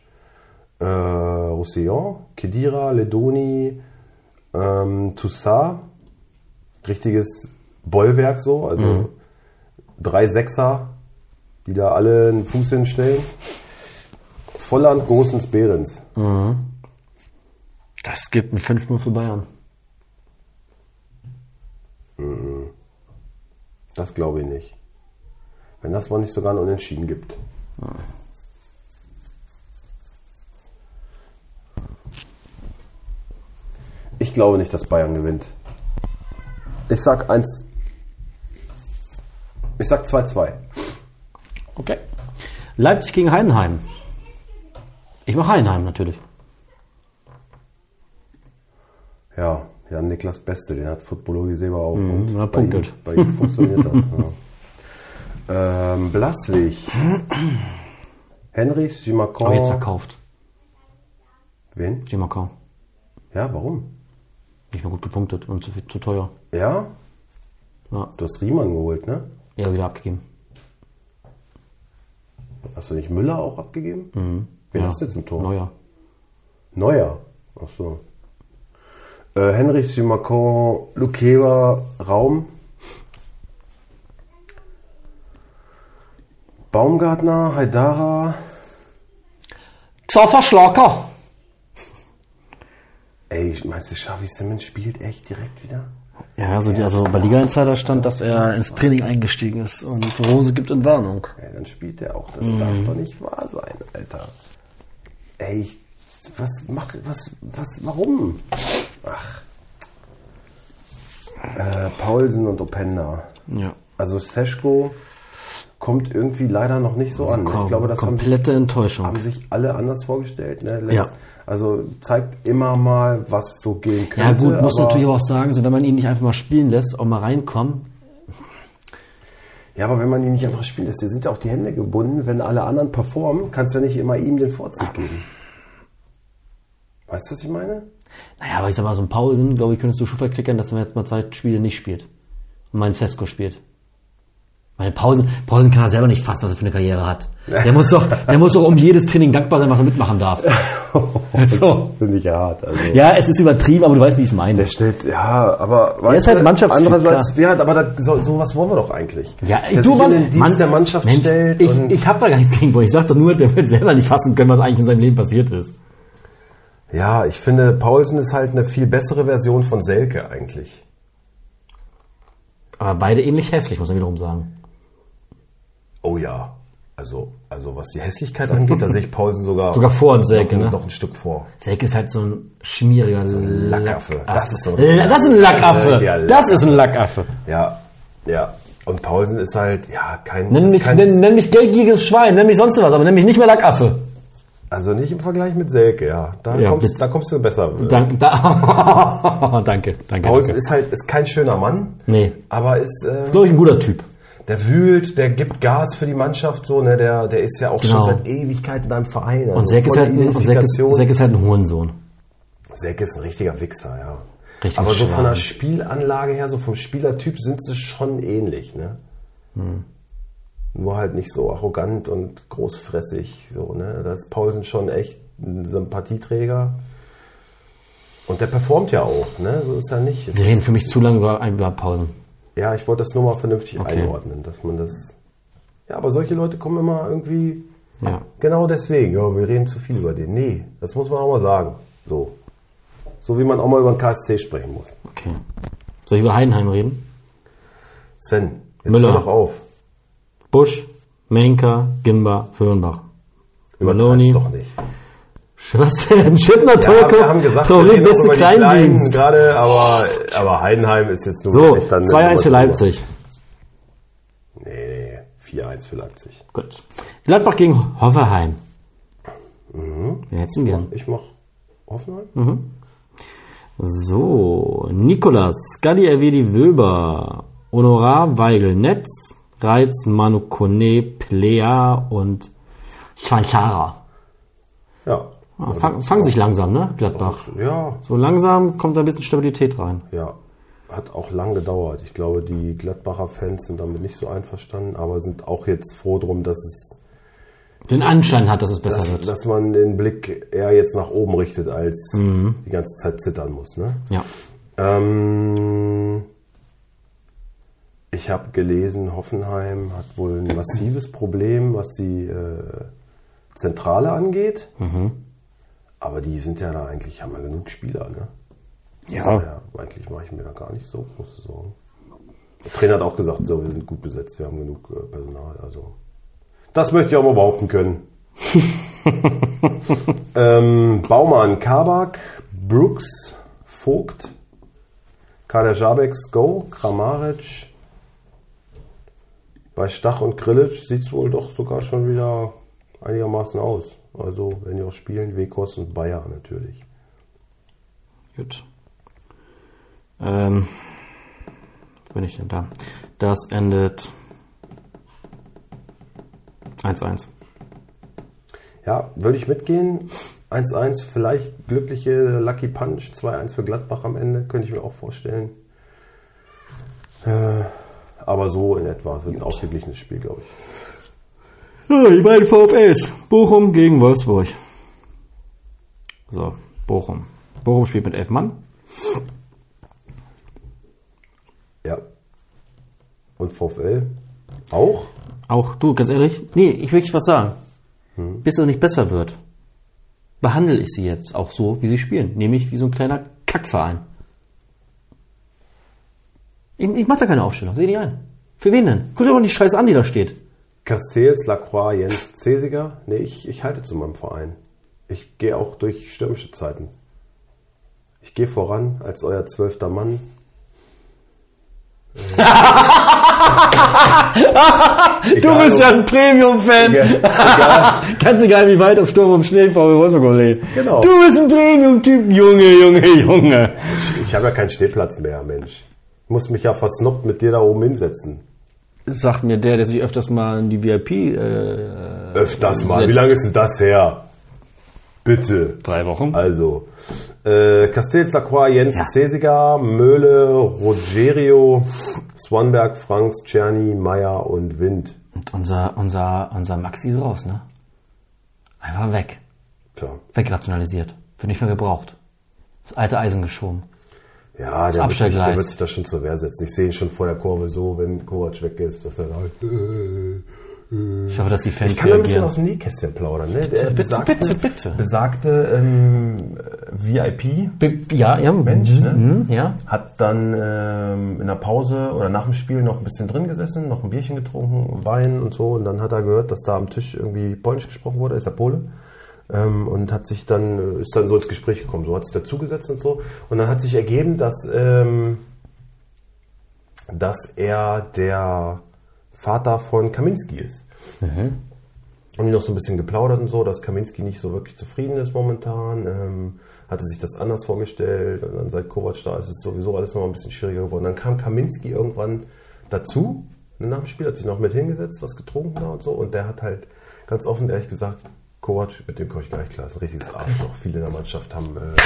Speaker 2: äh, Roussillon, Kedira, Ledoni, ähm, Toussaint. Richtiges Bollwerk so, also drei Sechser, die da alle einen Fuß hinstellen. Volland, Gosens, Behrens.
Speaker 3: Das gibt ein 5-0 für Bayern.
Speaker 2: Das glaube ich nicht. Wenn das mal nicht sogar ein Unentschieden gibt. Ich glaube nicht, dass Bayern gewinnt. Ich sag 1. Ich sag 2-2.
Speaker 3: Okay. Leipzig gegen Heidenheim. Ich mache Heidenheim natürlich.
Speaker 2: Ja, Jan Niklas Beste, den hat Footballogi selber auch. Und
Speaker 3: na,
Speaker 2: bei ihm-
Speaker 3: Mhm, punktet.
Speaker 2: Bei ihm funktioniert das. Ja. Ähm, Blaswig. Henrichs, Gimacon.
Speaker 3: Aber Oh, jetzt verkauft.
Speaker 2: Wen?
Speaker 3: Gimakau.
Speaker 2: Ja, warum?
Speaker 3: Nicht mehr gut gepunktet und zu, viel, zu teuer.
Speaker 2: Ja?
Speaker 3: Ja.
Speaker 2: Du hast Riemann geholt, ne?
Speaker 3: Ja, wieder abgegeben.
Speaker 2: Hast du nicht Müller auch abgegeben? Wen hast du jetzt im Tor?
Speaker 3: Neuer.
Speaker 2: Neuer. Ach so. Äh, Henrich, Simacon, Lukeba, Raum. Baumgartner, Haidara.
Speaker 3: Zauberschlager!
Speaker 2: Ey, meinst du, Xavi Simmons spielt echt direkt wieder?
Speaker 4: Ja, also, die, also bei Liga Insider stand, dass er ins Training eingestiegen ist und Rose gibt Entwarnung.
Speaker 2: Ey, dann spielt er auch. Das darf
Speaker 3: Mhm.
Speaker 2: doch nicht wahr sein, Alter. Ey, ich, was mach, was, was, warum? Ach. Äh, Paulsen und Openda.
Speaker 4: Ja.
Speaker 2: Also Seschko kommt irgendwie leider noch nicht so an. Ich glaube, das haben sich,
Speaker 3: Komplette Enttäuschung.
Speaker 2: haben sich alle anders vorgestellt. Ne? Letzt-
Speaker 3: Ja.
Speaker 2: Also zeigt immer mal, was so gehen
Speaker 3: Ja
Speaker 2: könnte.
Speaker 3: gut, muss natürlich aber auch sagen, so wenn man ihn nicht einfach mal spielen lässt und mal reinkommen,
Speaker 2: Ja, aber wenn man die nicht einfach spielen lässt, dir sind ja auch die Hände gebunden. Wenn alle anderen performen, kannst du ja nicht immer ihm den Vorzug geben. Weißt du, was ich meine?
Speaker 3: naja, aber ich sag mal, so ein Paulsen, glaube ich, könntest du schon verklickern, dass er jetzt mal zwei Spiele nicht spielt. Und mein Sesko spielt. Meine Pausen, Pausen kann er selber nicht fassen, was er für eine Karriere hat. Der muss doch, der muss doch um jedes Training dankbar sein, was er mitmachen darf. So.
Speaker 2: Finde ich hart. Also.
Speaker 3: Ja, es ist übertrieben, aber du weißt, wie ich es meine.
Speaker 2: Der stellt, ja, aber weißt
Speaker 4: ist halt
Speaker 2: du,
Speaker 4: Mannschaftstyp,
Speaker 2: Andererseits, ja, aber das, so, sowas wollen wir doch eigentlich.
Speaker 3: Ja,
Speaker 2: der
Speaker 3: du,
Speaker 2: sich
Speaker 3: Mann,
Speaker 2: in den Dienst
Speaker 3: Mann,
Speaker 2: der Mannschaft
Speaker 3: Mensch,
Speaker 2: stellt.
Speaker 3: Ich,
Speaker 2: und,
Speaker 3: ich habe da gar nichts gegen, wo ich sag doch nur, der wird selber nicht fassen können, was eigentlich in seinem Leben passiert ist.
Speaker 2: ja, ich finde, Paulsen ist halt eine viel bessere Version von Selke eigentlich.
Speaker 3: Aber beide ähnlich hässlich, muss man wiederum sagen.
Speaker 2: Oh ja. Also, also was die Hässlichkeit angeht, da sehe ich Paulsen sogar,
Speaker 3: Sogar vor und Selke,
Speaker 2: noch,
Speaker 3: ne?
Speaker 2: noch ein Stück vor.
Speaker 3: Selke ist halt so ein schmieriger
Speaker 2: Lackaffe. Das ist so ein
Speaker 3: La- Äh, das ist ein Lackaffe.
Speaker 2: Ja, Lack-
Speaker 3: Das ist ein Lackaffe.
Speaker 2: Ja, ja. Und Paulsen ist halt, ja, kein,
Speaker 3: Nenn
Speaker 2: ist
Speaker 3: mich,
Speaker 2: kein
Speaker 3: nenn, nenn mich geldgieriges Schwein, nenn mich sonst was, aber nenn mich nicht mehr Lackaffe.
Speaker 2: also nicht im Vergleich mit Selke, ja. Da,
Speaker 3: Ja,
Speaker 2: kommst,
Speaker 3: bitte.
Speaker 2: da kommst du besser.
Speaker 3: Dank, da, danke, danke.
Speaker 2: Paulsen
Speaker 3: danke.
Speaker 2: ist halt ist kein schöner Mann,
Speaker 3: Nee.
Speaker 2: aber ist, äh,
Speaker 3: glaube ich, ein guter Typ.
Speaker 2: der wühlt, der gibt Gas für die Mannschaft, so, ne, der, der ist ja auch
Speaker 3: Genau.
Speaker 2: schon seit Ewigkeit in deinem Verein. Also
Speaker 3: Und Selke ist, halt ein, und Selke, ist, Selke ist halt ein Hurensohn.
Speaker 2: Selke ist ein richtiger Wichser, ja.
Speaker 3: Richtig
Speaker 2: Aber so von der
Speaker 3: Schwan.
Speaker 2: Spielanlage her, so vom Spielertyp sind sie schon ähnlich, ne?
Speaker 3: Hm.
Speaker 2: Nur halt nicht so arrogant und großfressig, so, ne? Da ist Paulsen schon echt ein Sympathieträger. Und der performt ja auch, ne? So ist er nicht. Es
Speaker 3: Wir reden
Speaker 2: ist,
Speaker 3: für mich zu lange über, über Pausen.
Speaker 2: ja, ich wollte das nur mal vernünftig
Speaker 3: Okay.
Speaker 2: einordnen, dass man das. Ja, aber solche Leute kommen immer irgendwie
Speaker 3: Ja.
Speaker 2: Genau deswegen, ja, wir reden zu viel über den. Nee, das muss man auch mal sagen. So. So wie man auch mal über den KSC sprechen muss.
Speaker 3: Okay. Soll ich über Heidenheim reden?
Speaker 2: Sven, jetzt
Speaker 3: Müller.
Speaker 2: hör doch auf.
Speaker 3: Busch, Menka, Gimba, Föhrenbach.
Speaker 2: Übertreib's
Speaker 3: Maloney.
Speaker 2: doch nicht.
Speaker 3: Was denn? Schüttner,
Speaker 2: Ja,
Speaker 3: Tolkoff,
Speaker 2: wir haben gesagt, wir
Speaker 3: Traoré,
Speaker 2: reden auch
Speaker 3: beste
Speaker 2: über die Kleinen
Speaker 3: Kleindienst.
Speaker 2: gerade, aber, aber Heidenheim ist jetzt nur
Speaker 3: So,
Speaker 2: schlecht dann-
Speaker 3: 2-1 für Leipzig.
Speaker 2: Nee, nee, 4-1 für Leipzig.
Speaker 3: Gut. Gladbach gegen Hoffenheim.
Speaker 2: Mhm.
Speaker 3: Wer hätt's denn gern?
Speaker 2: Ich mach Hoffenheim?
Speaker 3: Hm. So, Nikolas, Skadi, Erwedi, Wöber, Honorar, Weigel, Netz, Reiz, Manu Kone, Plea und Chanchara.
Speaker 2: Ja.
Speaker 3: Ah, fang, fangen sich langsam, ne? Gladbach.
Speaker 2: Ja,
Speaker 3: So langsam kommt da ein bisschen Stabilität rein.
Speaker 2: ja. hat auch lang gedauert. Ich glaube, die Gladbacher Fans sind damit nicht so einverstanden, aber sind auch jetzt froh drum, dass es,
Speaker 3: Den Anschein hat, dass es besser
Speaker 2: dass,
Speaker 3: wird.
Speaker 2: dass man den Blick eher jetzt nach oben richtet, als die ganze Zeit zittern muss. Ne?
Speaker 3: ja.
Speaker 2: Ähm, ich habe gelesen, Hoffenheim hat wohl ein massives Problem, was die äh, Zentrale angeht. Aber die sind ja da eigentlich, haben ja genug Spieler, ne?
Speaker 4: Ja.
Speaker 2: Ja, eigentlich mache ich mir da gar nicht so große Sorgen. Der Trainer hat auch gesagt, so, wir sind gut besetzt, wir haben genug äh, Personal. Also, das möchte ich auch mal behaupten können. ähm, Baumann, Kabak, Brooks, Vogt, Kader Jabek, Sko, Kramaric. Bei Stach und Grillitsch sieht es wohl doch sogar schon wieder einigermaßen aus. Also, wenn die auch spielen, Wekos und Bayer natürlich.
Speaker 3: Gut. Ähm, wo bin ich denn da? Das endet 1-1.
Speaker 2: Ja, würde ich mitgehen. 1-1, vielleicht glückliche Lucky Punch. 2-1 für Gladbach am Ende, könnte ich mir auch vorstellen. Äh, aber so in etwa. Es wird ein ausgeglichenes Spiel, glaube ich.
Speaker 3: Ja, Die beiden VfLs. Bochum gegen Wolfsburg. So, Bochum. Bochum spielt mit elf Mann.
Speaker 2: Ja. Und VfL auch?
Speaker 3: Auch du, ganz ehrlich? Nee, ich will wirklich was sagen. Bis es nicht besser wird, behandle ich sie jetzt auch so, wie sie spielen. Nämlich wie so ein kleiner Kackverein. Ich, ich mache da keine Aufstellung, sehe nicht ein. Für wen denn? Guck dir mal die Scheiße an, die da steht.
Speaker 2: Castells, Lacroix, Jens, Cesiger? Nee, ich, ich halte zu meinem Verein. Ich gehe auch durch stürmische Zeiten. Ich gehe voran als euer zwölfter Mann. Äh,
Speaker 4: Du
Speaker 2: Egal,
Speaker 4: bist ja ein Premium-Fan.
Speaker 2: Egal.
Speaker 4: Ganz egal, wie weit auf Sturm und Schnee VW Wolfsburg lädt.
Speaker 2: Genau.
Speaker 4: Du bist ein Premium-Typ. Junge, Junge, Junge.
Speaker 2: Ich habe ja keinen Stehplatz mehr, Mensch. Ich muss mich ja versnoppt mit dir da oben hinsetzen.
Speaker 4: Sagt mir der, der sich öfters mal in die VIP... Äh,
Speaker 2: Öfters mal. Wie
Speaker 4: Selbst-
Speaker 2: lange ist denn das her? Bitte.
Speaker 4: Drei Wochen.
Speaker 2: Also, äh, Castells, Lacroix, Jens, Cesiger, Möhle, Rogerio, Swanberg, Franks, Czerny, Meyer und Wind.
Speaker 3: Und unser, unser, unser Maxi ist raus, ne? Einfach weg.
Speaker 2: Tja.
Speaker 3: Wegrationalisiert. Wird nicht mehr gebraucht. Das alte Eisen geschoben.
Speaker 2: Ja, der wird, sich,
Speaker 3: Abstellgleis.
Speaker 2: der wird sich das schon zur Wehr setzen. Ich sehe ihn schon vor der Kurve so, wenn Kovac weg ist, dass er halt.
Speaker 3: Ich hoffe, dass die Fans
Speaker 2: Ich kann da ein bisschen
Speaker 3: reagieren.
Speaker 2: aus dem Nähkästchen plaudern, ne? Der
Speaker 3: bitte, bitte, bitte.
Speaker 2: besagte ähm, äh, VIP
Speaker 3: Be- Ja, ja,
Speaker 2: Mensch, ne?
Speaker 3: Mhm, ja.
Speaker 2: Hat dann ähm, in der Pause oder nach dem Spiel noch ein bisschen drin gesessen, noch ein Bierchen getrunken, Wein und so. Und dann hat er gehört, dass da am Tisch irgendwie Polnisch gesprochen wurde, ist ja Pole. Ähm, und hat sich dann, äh, ist dann so ins Gespräch gekommen, so hat sich dazugesetzt und so. Und dann hat sich ergeben, dass, ähm, dass er der Vater von Kaminski ist. Haben die noch so ein bisschen geplaudert und so, dass Kaminski nicht so wirklich zufrieden ist momentan, ähm, hatte sich das anders vorgestellt und dann seit Kovac da ist es sowieso alles nochmal ein bisschen schwieriger geworden. Dann kam Kaminski irgendwann dazu, ne, nach dem Spiel, hat sich noch mit hingesetzt, was getrunken da und so und der hat halt ganz offen ehrlich gesagt, Kovac, mit dem komme ich gar nicht klar, ist ein richtiges Arschloch. Viele in der Mannschaft haben, äh,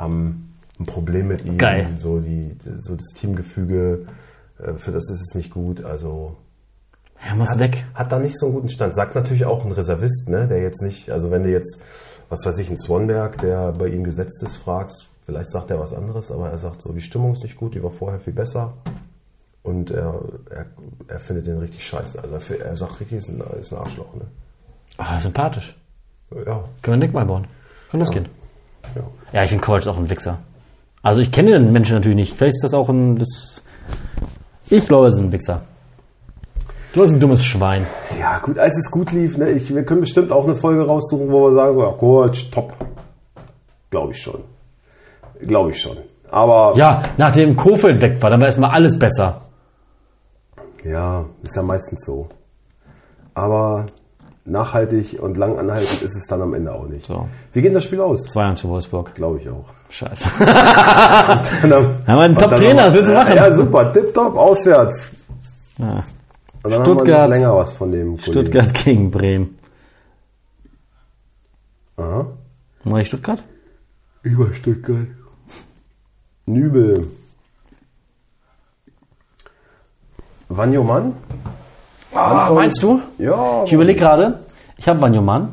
Speaker 2: haben ein Problem mit ihm,
Speaker 3: Geil.
Speaker 2: so, die, so das Teamgefüge, äh, für das ist es nicht gut, also
Speaker 3: Er muss weg.
Speaker 2: hat da nicht so einen guten Stand. Sagt natürlich auch ein Reservist, ne, der jetzt nicht, also wenn du jetzt, was weiß ich, einen Swanberg, der bei ihm gesetzt ist, fragst, vielleicht sagt er was anderes, aber er sagt so, die Stimmung ist nicht gut, die war vorher viel besser. Und er, er, er findet den richtig scheiße. Also er, fi- er sagt richtig, ist ein, ist ein Arschloch, ne?
Speaker 3: Ah, sympathisch.
Speaker 2: Ja,
Speaker 3: Können wir ein Denkmal bauen. Kann losgehen.
Speaker 2: ja.
Speaker 3: Ja, ich bin Coach auch ein Wichser. Also ich kenne den Menschen natürlich nicht. Vielleicht ist das auch ein... Das ich glaube, es ist ein Wichser. Du bist ein dummes Schwein.
Speaker 2: Ja, gut, als es gut lief, ne, ich, wir können bestimmt auch eine Folge raussuchen, wo wir sagen, oh so, ja, Coach, top. Glaube ich schon. Glaube ich schon. Aber
Speaker 3: Ja, nachdem Kofeld weg war, dann war erstmal alles besser.
Speaker 2: Ja, ist ja meistens so. Aber nachhaltig und lang anhaltend ist es dann am Ende auch nicht.
Speaker 3: So.
Speaker 2: Wie geht das Spiel aus?
Speaker 3: 2-1 für Wolfsburg.
Speaker 2: Glaube ich auch.
Speaker 3: Scheiße.
Speaker 2: Haben wir
Speaker 3: wir einen Top-Trainer, was willst du machen?
Speaker 2: Ja, super. Tipptopp, auswärts.
Speaker 3: Ja.
Speaker 2: Und dann Haben wir
Speaker 3: Stuttgart.
Speaker 2: noch länger was von dem Kollegen.
Speaker 3: Stuttgart gegen Bremen.
Speaker 2: Aha.
Speaker 3: War ich Stuttgart?
Speaker 2: Über Stuttgart. Nübel. Wanyoman?
Speaker 4: Ah, meinst du?
Speaker 2: Ja.
Speaker 4: Ich überlege gerade, ich habe Wanyoman.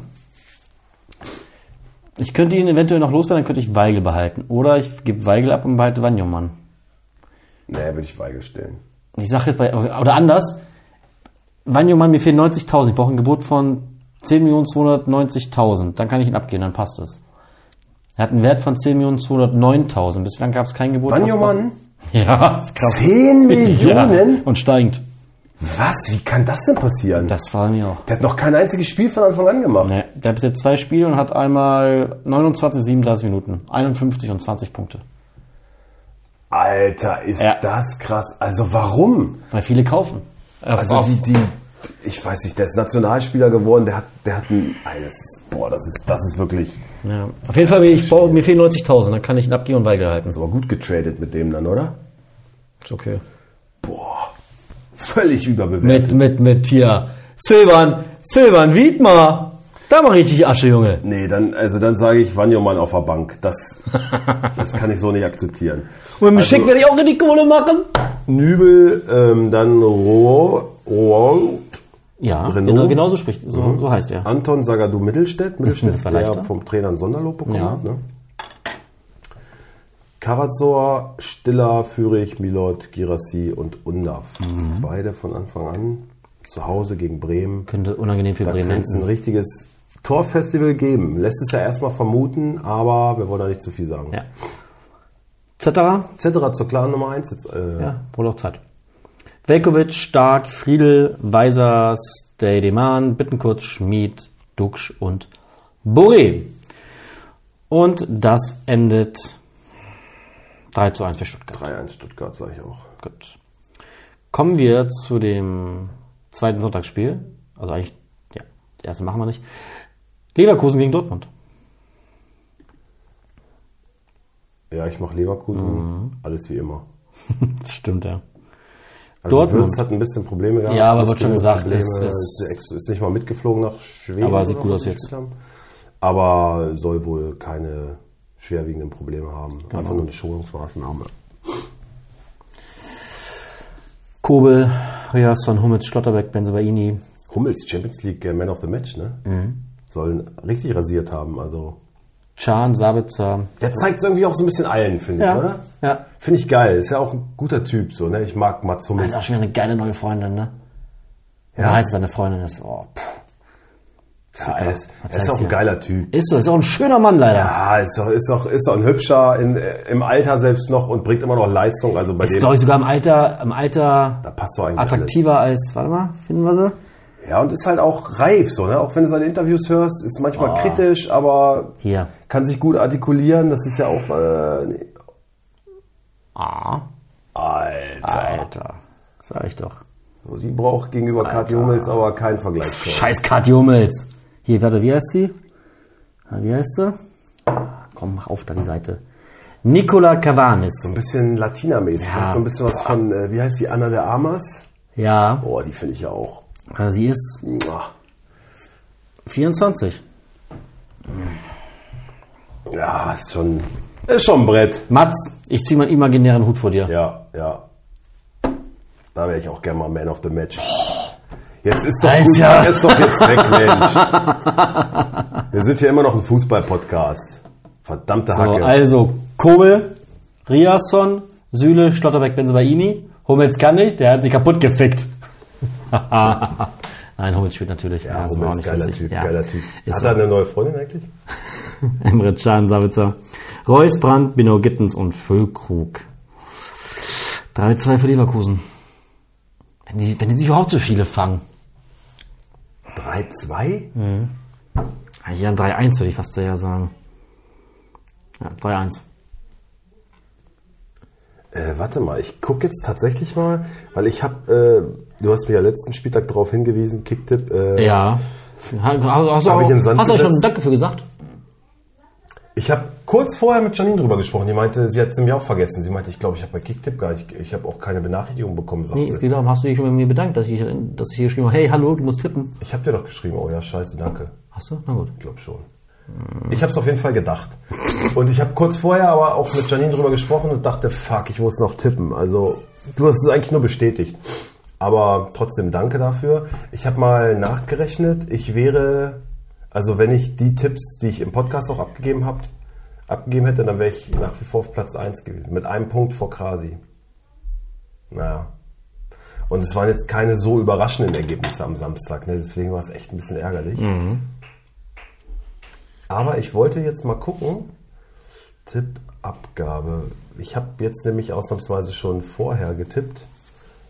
Speaker 4: Ich könnte ihn eventuell noch loswerden, dann könnte ich Weigel behalten. Oder ich gebe Weigel ab und behalte Wanyoman.
Speaker 2: Nee, würde ich Weigel stellen.
Speaker 4: Ich sage jetzt bei, oder anders, Wanyoman, mir fehlen 90.000. Ich brauche ein Gebot von 10.290.000. Dann kann ich ihn abgeben, dann passt es. Er hat einen Wert von 10.209.000. Bislang gab es kein Gebot. was
Speaker 2: Wanyoman?
Speaker 4: passt. Ja, ist krass.
Speaker 2: 10
Speaker 4: Ja,
Speaker 2: Millionen?
Speaker 4: und steigend.
Speaker 2: Was? Wie kann das denn passieren?
Speaker 4: Das war mir auch.
Speaker 2: der hat noch kein einziges Spiel von Anfang an gemacht.
Speaker 4: Ne, der hat bis jetzt zwei Spiele und hat einmal 29, 37 Minuten, 51 und 20 Punkte.
Speaker 2: Alter, ist
Speaker 4: Ja.
Speaker 2: das krass. Also warum?
Speaker 4: Weil viele kaufen. Äh,
Speaker 2: Also
Speaker 4: auf-
Speaker 2: die, die, ich weiß nicht, der ist Nationalspieler geworden, der hat, der hat ein, Alter, das ist, boah, das ist, das ist wirklich,
Speaker 5: Ja. Auf jeden Fall, ich brauche, mir fehlen 90.000, dann kann ich ihn abgeben und Weigel halten.
Speaker 2: ist aber gut getradet mit dem dann, oder?
Speaker 5: Ist okay.
Speaker 2: Boah, völlig überbewertet.
Speaker 5: Mit, mit, mit hier. Silvan, Silvan Wiedmer. Da mach ich richtig Asche, Junge.
Speaker 2: Nee, dann, also dann sage ich Wanyoman auf der Bank. Das, das kann ich so nicht akzeptieren.
Speaker 5: Und mit dem
Speaker 2: Also-
Speaker 5: Schick werde ich auch richtig Kohle machen.
Speaker 2: Nübel, ähm, dann Rohr, Rohr,
Speaker 3: Ja,
Speaker 2: Renault? Mhm.
Speaker 3: genau, genau so spricht, so, so heißt er.
Speaker 2: Anton Sagadu Mittelstädt. Mittelstädt,
Speaker 3: Das war
Speaker 2: der
Speaker 3: leichter.
Speaker 2: vom Trainer ein Sonderlob bekommen
Speaker 3: Ja.
Speaker 2: hat. Ne? Karazor, Stiller, Fürich, Milot, Girassi und Undav.
Speaker 3: Mhm.
Speaker 2: Beide von Anfang an zu Hause gegen Bremen.
Speaker 3: Könnte unangenehm für
Speaker 2: Da
Speaker 3: Bremen
Speaker 2: könnte es ein
Speaker 3: enden.
Speaker 2: richtiges Torfestival geben. Lässt es ja erstmal vermuten, aber wir wollen da nicht zu viel sagen.
Speaker 3: Ja. Cetera,
Speaker 2: Etc. zur klaren Nummer 1 jetzt. Äh,
Speaker 3: ja, wohl auch Zeit. Velkovic, Stark, Friedel, Weiser, Steydeman, Bittenkurt, Schmid, Duxch und Boré. Und das endet 3 zu 1 für Stuttgart.
Speaker 2: 3-1 Stuttgart, sage ich auch.
Speaker 3: Gut. Kommen wir zu dem zweiten Sonntagsspiel. Also eigentlich, ja, das erste machen wir nicht. Leverkusen gegen Dortmund.
Speaker 2: Ja, ich mache Leverkusen.
Speaker 3: Mhm.
Speaker 2: Alles wie immer.
Speaker 3: Das stimmt, ja.
Speaker 2: Also
Speaker 3: Dortmund.
Speaker 2: Würz hat ein bisschen Probleme gehabt.
Speaker 3: Ja, aber wird
Speaker 2: Muskeln-
Speaker 3: schon gesagt,
Speaker 2: Probleme,
Speaker 3: es- es-
Speaker 2: ist, ex- ist nicht mal mitgeflogen nach Schweden.
Speaker 3: Aber sieht
Speaker 2: oder
Speaker 3: gut
Speaker 2: was
Speaker 3: aus
Speaker 2: sie
Speaker 3: jetzt.
Speaker 2: gespielt haben. Aber soll wohl keine schwerwiegenden Probleme haben.
Speaker 3: Genau.
Speaker 2: Einfach nur eine Schonungsmaßnahme.
Speaker 3: Kobel, Reasson, Hummels, Schlotterbeck, Benzabaini.
Speaker 2: Hummels Champions League äh, Man of the Match, ne?
Speaker 3: Mhm.
Speaker 2: Sollen richtig rasiert haben. Also
Speaker 3: Can, Sabitzer.
Speaker 2: der zeigt irgendwie auch so ein bisschen allen, finde ich, oder?
Speaker 3: ja.
Speaker 2: Finde ich geil. Ist ja auch ein guter Typ, so ne? Ich mag Mats Hummels.
Speaker 3: Das Ah, ist auch schon wieder eine geile neue Freundin, ne? Ja. heißt seine Freundin ist. Oh, pff.
Speaker 2: ja, er ist,
Speaker 3: Was
Speaker 2: er ist
Speaker 3: zeigt
Speaker 2: auch ein
Speaker 3: ihr?
Speaker 2: geiler Typ.
Speaker 3: Ist so, ist auch ein schöner Mann leider.
Speaker 2: Ja, ist doch, ist doch, ist doch ein hübscher in, äh, im Alter selbst noch und bringt immer noch Leistung. Also bei
Speaker 3: Ist,
Speaker 2: dem
Speaker 3: glaube ich, sogar im Alter, im Alter
Speaker 2: Da passt so eigentlich
Speaker 3: attraktiver als. Warte mal, finden wir sie?
Speaker 2: Alles. Ja, und ist halt auch reif, so, ne? Auch wenn du seine Interviews hörst, ist manchmal kritisch, aber
Speaker 3: Hier.
Speaker 2: kann sich gut artikulieren. Das ist ja auch. Äh, nee.
Speaker 3: Ah,
Speaker 2: Alter.
Speaker 3: Alter. Sag ich doch.
Speaker 2: So, Die braucht gegenüber Kathi Hummels aber keinen Vergleich. Für.
Speaker 3: Scheiß Kathi Hummels. Hier, warte, wie heißt sie? Ah, Wie heißt sie? Komm, mach auf da die Seite. Nicola Cavanis.
Speaker 2: Ein bisschen latinamäßig. Hat so ein bisschen was von, äh, wie heißt die, Anna de Amas?
Speaker 3: Ja,
Speaker 2: Boah, die finde ich ja auch.
Speaker 3: äh, sie ist
Speaker 2: Mua.
Speaker 3: 24.
Speaker 2: Ja, ist schon, ist schon ein Brett.
Speaker 3: Mats, ich zieh meinen imaginären Hut vor dir.
Speaker 2: Ja, ja. Da wäre ich auch gerne mal Man of the Match. Jetzt ist doch
Speaker 3: Alter.
Speaker 2: gut, er ist doch jetzt weg, Mensch. Wir sind hier immer noch ein Fußball-Podcast. Verdammte
Speaker 3: So,
Speaker 2: Hacke.
Speaker 3: also, Kobel, Riasson, Süle, Schlotterbeck, Benzebaini. Hummels kann nicht, der hat sie kaputt gefickt. Nein, Hummels spielt natürlich.
Speaker 2: ja,
Speaker 3: das war auch
Speaker 2: Hummels,
Speaker 3: nicht
Speaker 2: geiler
Speaker 3: lustig.
Speaker 2: Typ,
Speaker 3: Ja.
Speaker 2: geiler Typ.
Speaker 3: Ist
Speaker 2: Hat
Speaker 3: so.
Speaker 2: er eine neue Freundin eigentlich?
Speaker 3: Emre Can, Sabitzer, Reus, Brandt, Bino Gittens und Füllkrug. 3-2 für Leverkusen. Wenn die, wenn die sich überhaupt so viele fangen.
Speaker 2: 3-2?
Speaker 3: Eigentlich ein 3-1 würde ich fast eher sagen. Ja, 3-1.
Speaker 2: Äh, warte mal, ich gucke jetzt tatsächlich mal, weil ich habe, äh, du hast mir ja letzten Spieltag darauf hingewiesen, Kicktipp. Äh,
Speaker 3: Ja. Ha- Hast, hast, du
Speaker 2: Hab
Speaker 3: auch,
Speaker 2: ich in den Sand
Speaker 3: hast du auch schon
Speaker 2: gesetzt?
Speaker 3: Danke für gesagt?
Speaker 2: Ich habe kurz vorher mit Janine drüber gesprochen. Die meinte, sie hat es nämlich auch vergessen. Sie meinte, ich glaube, ich habe bei Kicktipp gar nicht, ich habe auch keine Benachrichtigung bekommen, sagt
Speaker 3: Nee,
Speaker 2: sie.
Speaker 3: es geht darum, hast du dich schon bei mir bedankt, dass ich, dass ich hier geschrieben habe, hey, hallo, du musst tippen.
Speaker 2: Ich habe dir doch geschrieben, oh ja, scheiße, danke.
Speaker 3: Hast du? Na gut.
Speaker 2: Ich glaube schon. Ich habe es auf jeden Fall gedacht. Und ich habe kurz vorher aber auch mit Janine drüber gesprochen und dachte, fuck, ich muss noch tippen. Also, du hast es eigentlich nur bestätigt. Aber trotzdem danke dafür. Ich habe mal nachgerechnet. Ich wäre, also wenn ich die Tipps, die ich im Podcast auch abgegeben habe, abgegeben hätte, dann wäre ich nach wie vor auf Platz 1 gewesen. Mit einem Punkt vor Krasi. Naja. Und es waren jetzt keine so überraschenden Ergebnisse am Samstag. Ne? Deswegen war es echt ein bisschen ärgerlich. Aber ich wollte jetzt mal gucken. Tippabgabe. Ich habe jetzt nämlich ausnahmsweise schon vorher getippt.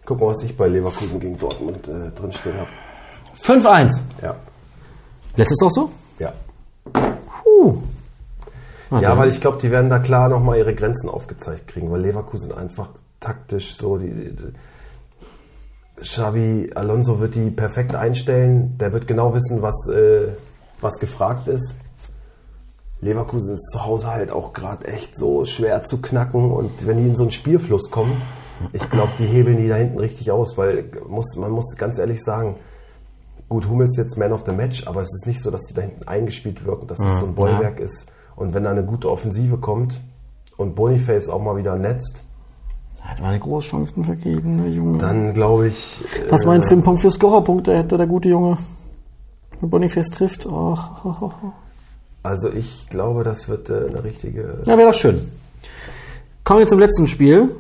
Speaker 2: Guck mal, was ich bei Leverkusen gegen Dortmund äh, drinstehen habe.
Speaker 3: 5-1.
Speaker 2: Ja.
Speaker 3: Letztes auch so?
Speaker 2: Ja.
Speaker 3: Uh. Ah,
Speaker 2: Ja,
Speaker 3: dann.
Speaker 2: weil ich glaube, die werden da klar nochmal ihre Grenzen aufgezeigt kriegen, weil Leverkusen einfach taktisch so die, die, die Xavi Alonso wird die perfekt einstellen. Der wird genau wissen, was, äh, was gefragt ist. Leverkusen ist zu Hause halt auch gerade echt so schwer zu knacken. Und wenn die in so einen Spielfluss kommen, ich glaube, die hebeln die da hinten richtig aus, weil muss, man muss ganz ehrlich sagen, gut, Hummels jetzt Man of the Match, aber es ist nicht so, dass die da hinten eingespielt wirken, dass das so ein Bollwerk ist. Und wenn da eine gute Offensive kommt und Boniface auch mal wieder netzt,
Speaker 4: Hat meine große Chancen vergeben, der Junge.
Speaker 2: dann glaube ich. äh,
Speaker 4: Was meinen Frimpong für Scorerpunkte hätte der gute Junge? Wenn Boniface trifft. Och, oh, oh, oh.
Speaker 2: Also ich glaube, das wird äh, eine richtige.
Speaker 4: Ja, wäre doch schön.
Speaker 3: Kommen wir zum letzten Spiel.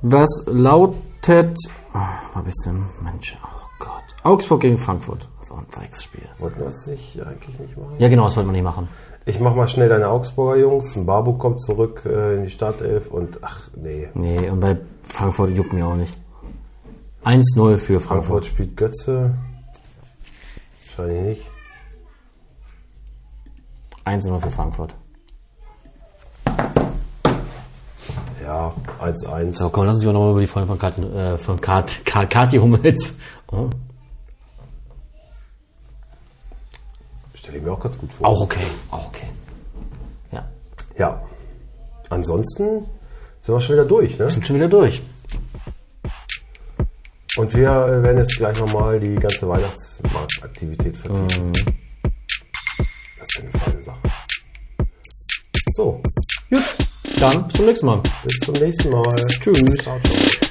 Speaker 3: Was lautet. Ah, mal ein bisschen. Mensch, oh Gott. Augsburg gegen Frankfurt. So ein Drecksspiel.
Speaker 2: Wollten wir das nicht eigentlich nicht machen?
Speaker 3: Ja, genau, das wollte man nicht machen.
Speaker 2: Ich mach mal schnell deine Augsburger Jungs. Ein Babu kommt zurück äh, in die Startelf und ach nee.
Speaker 3: Nee, und bei Frankfurt juckt mir auch nicht. 1-0 für Frankfurt.
Speaker 2: Frankfurt spielt Götze. Wahrscheinlich nicht.
Speaker 3: 1-0 für Frankfurt.
Speaker 2: Ja, 1-1.
Speaker 3: So, komm, lass uns mal nochmal über die Freunde von Kati, äh, von Kat, Ka- Kathi Hummels. Oh,
Speaker 2: Stelle ich mir auch ganz gut vor.
Speaker 3: auch okay, auch okay. Ja,
Speaker 2: Ja. Ansonsten sind wir schon wieder durch, ne?
Speaker 3: sind schon wieder durch.
Speaker 2: Und wir äh, werden jetzt gleich nochmal die ganze Weihnachtsmarktaktivität
Speaker 3: Mhm.
Speaker 2: vertiefen. Das ist eine feine Sache. So,
Speaker 3: Gut, dann bis zum nächsten Mal.
Speaker 2: bis zum nächsten Mal.
Speaker 3: Tschüss.
Speaker 2: Ciao, ciao.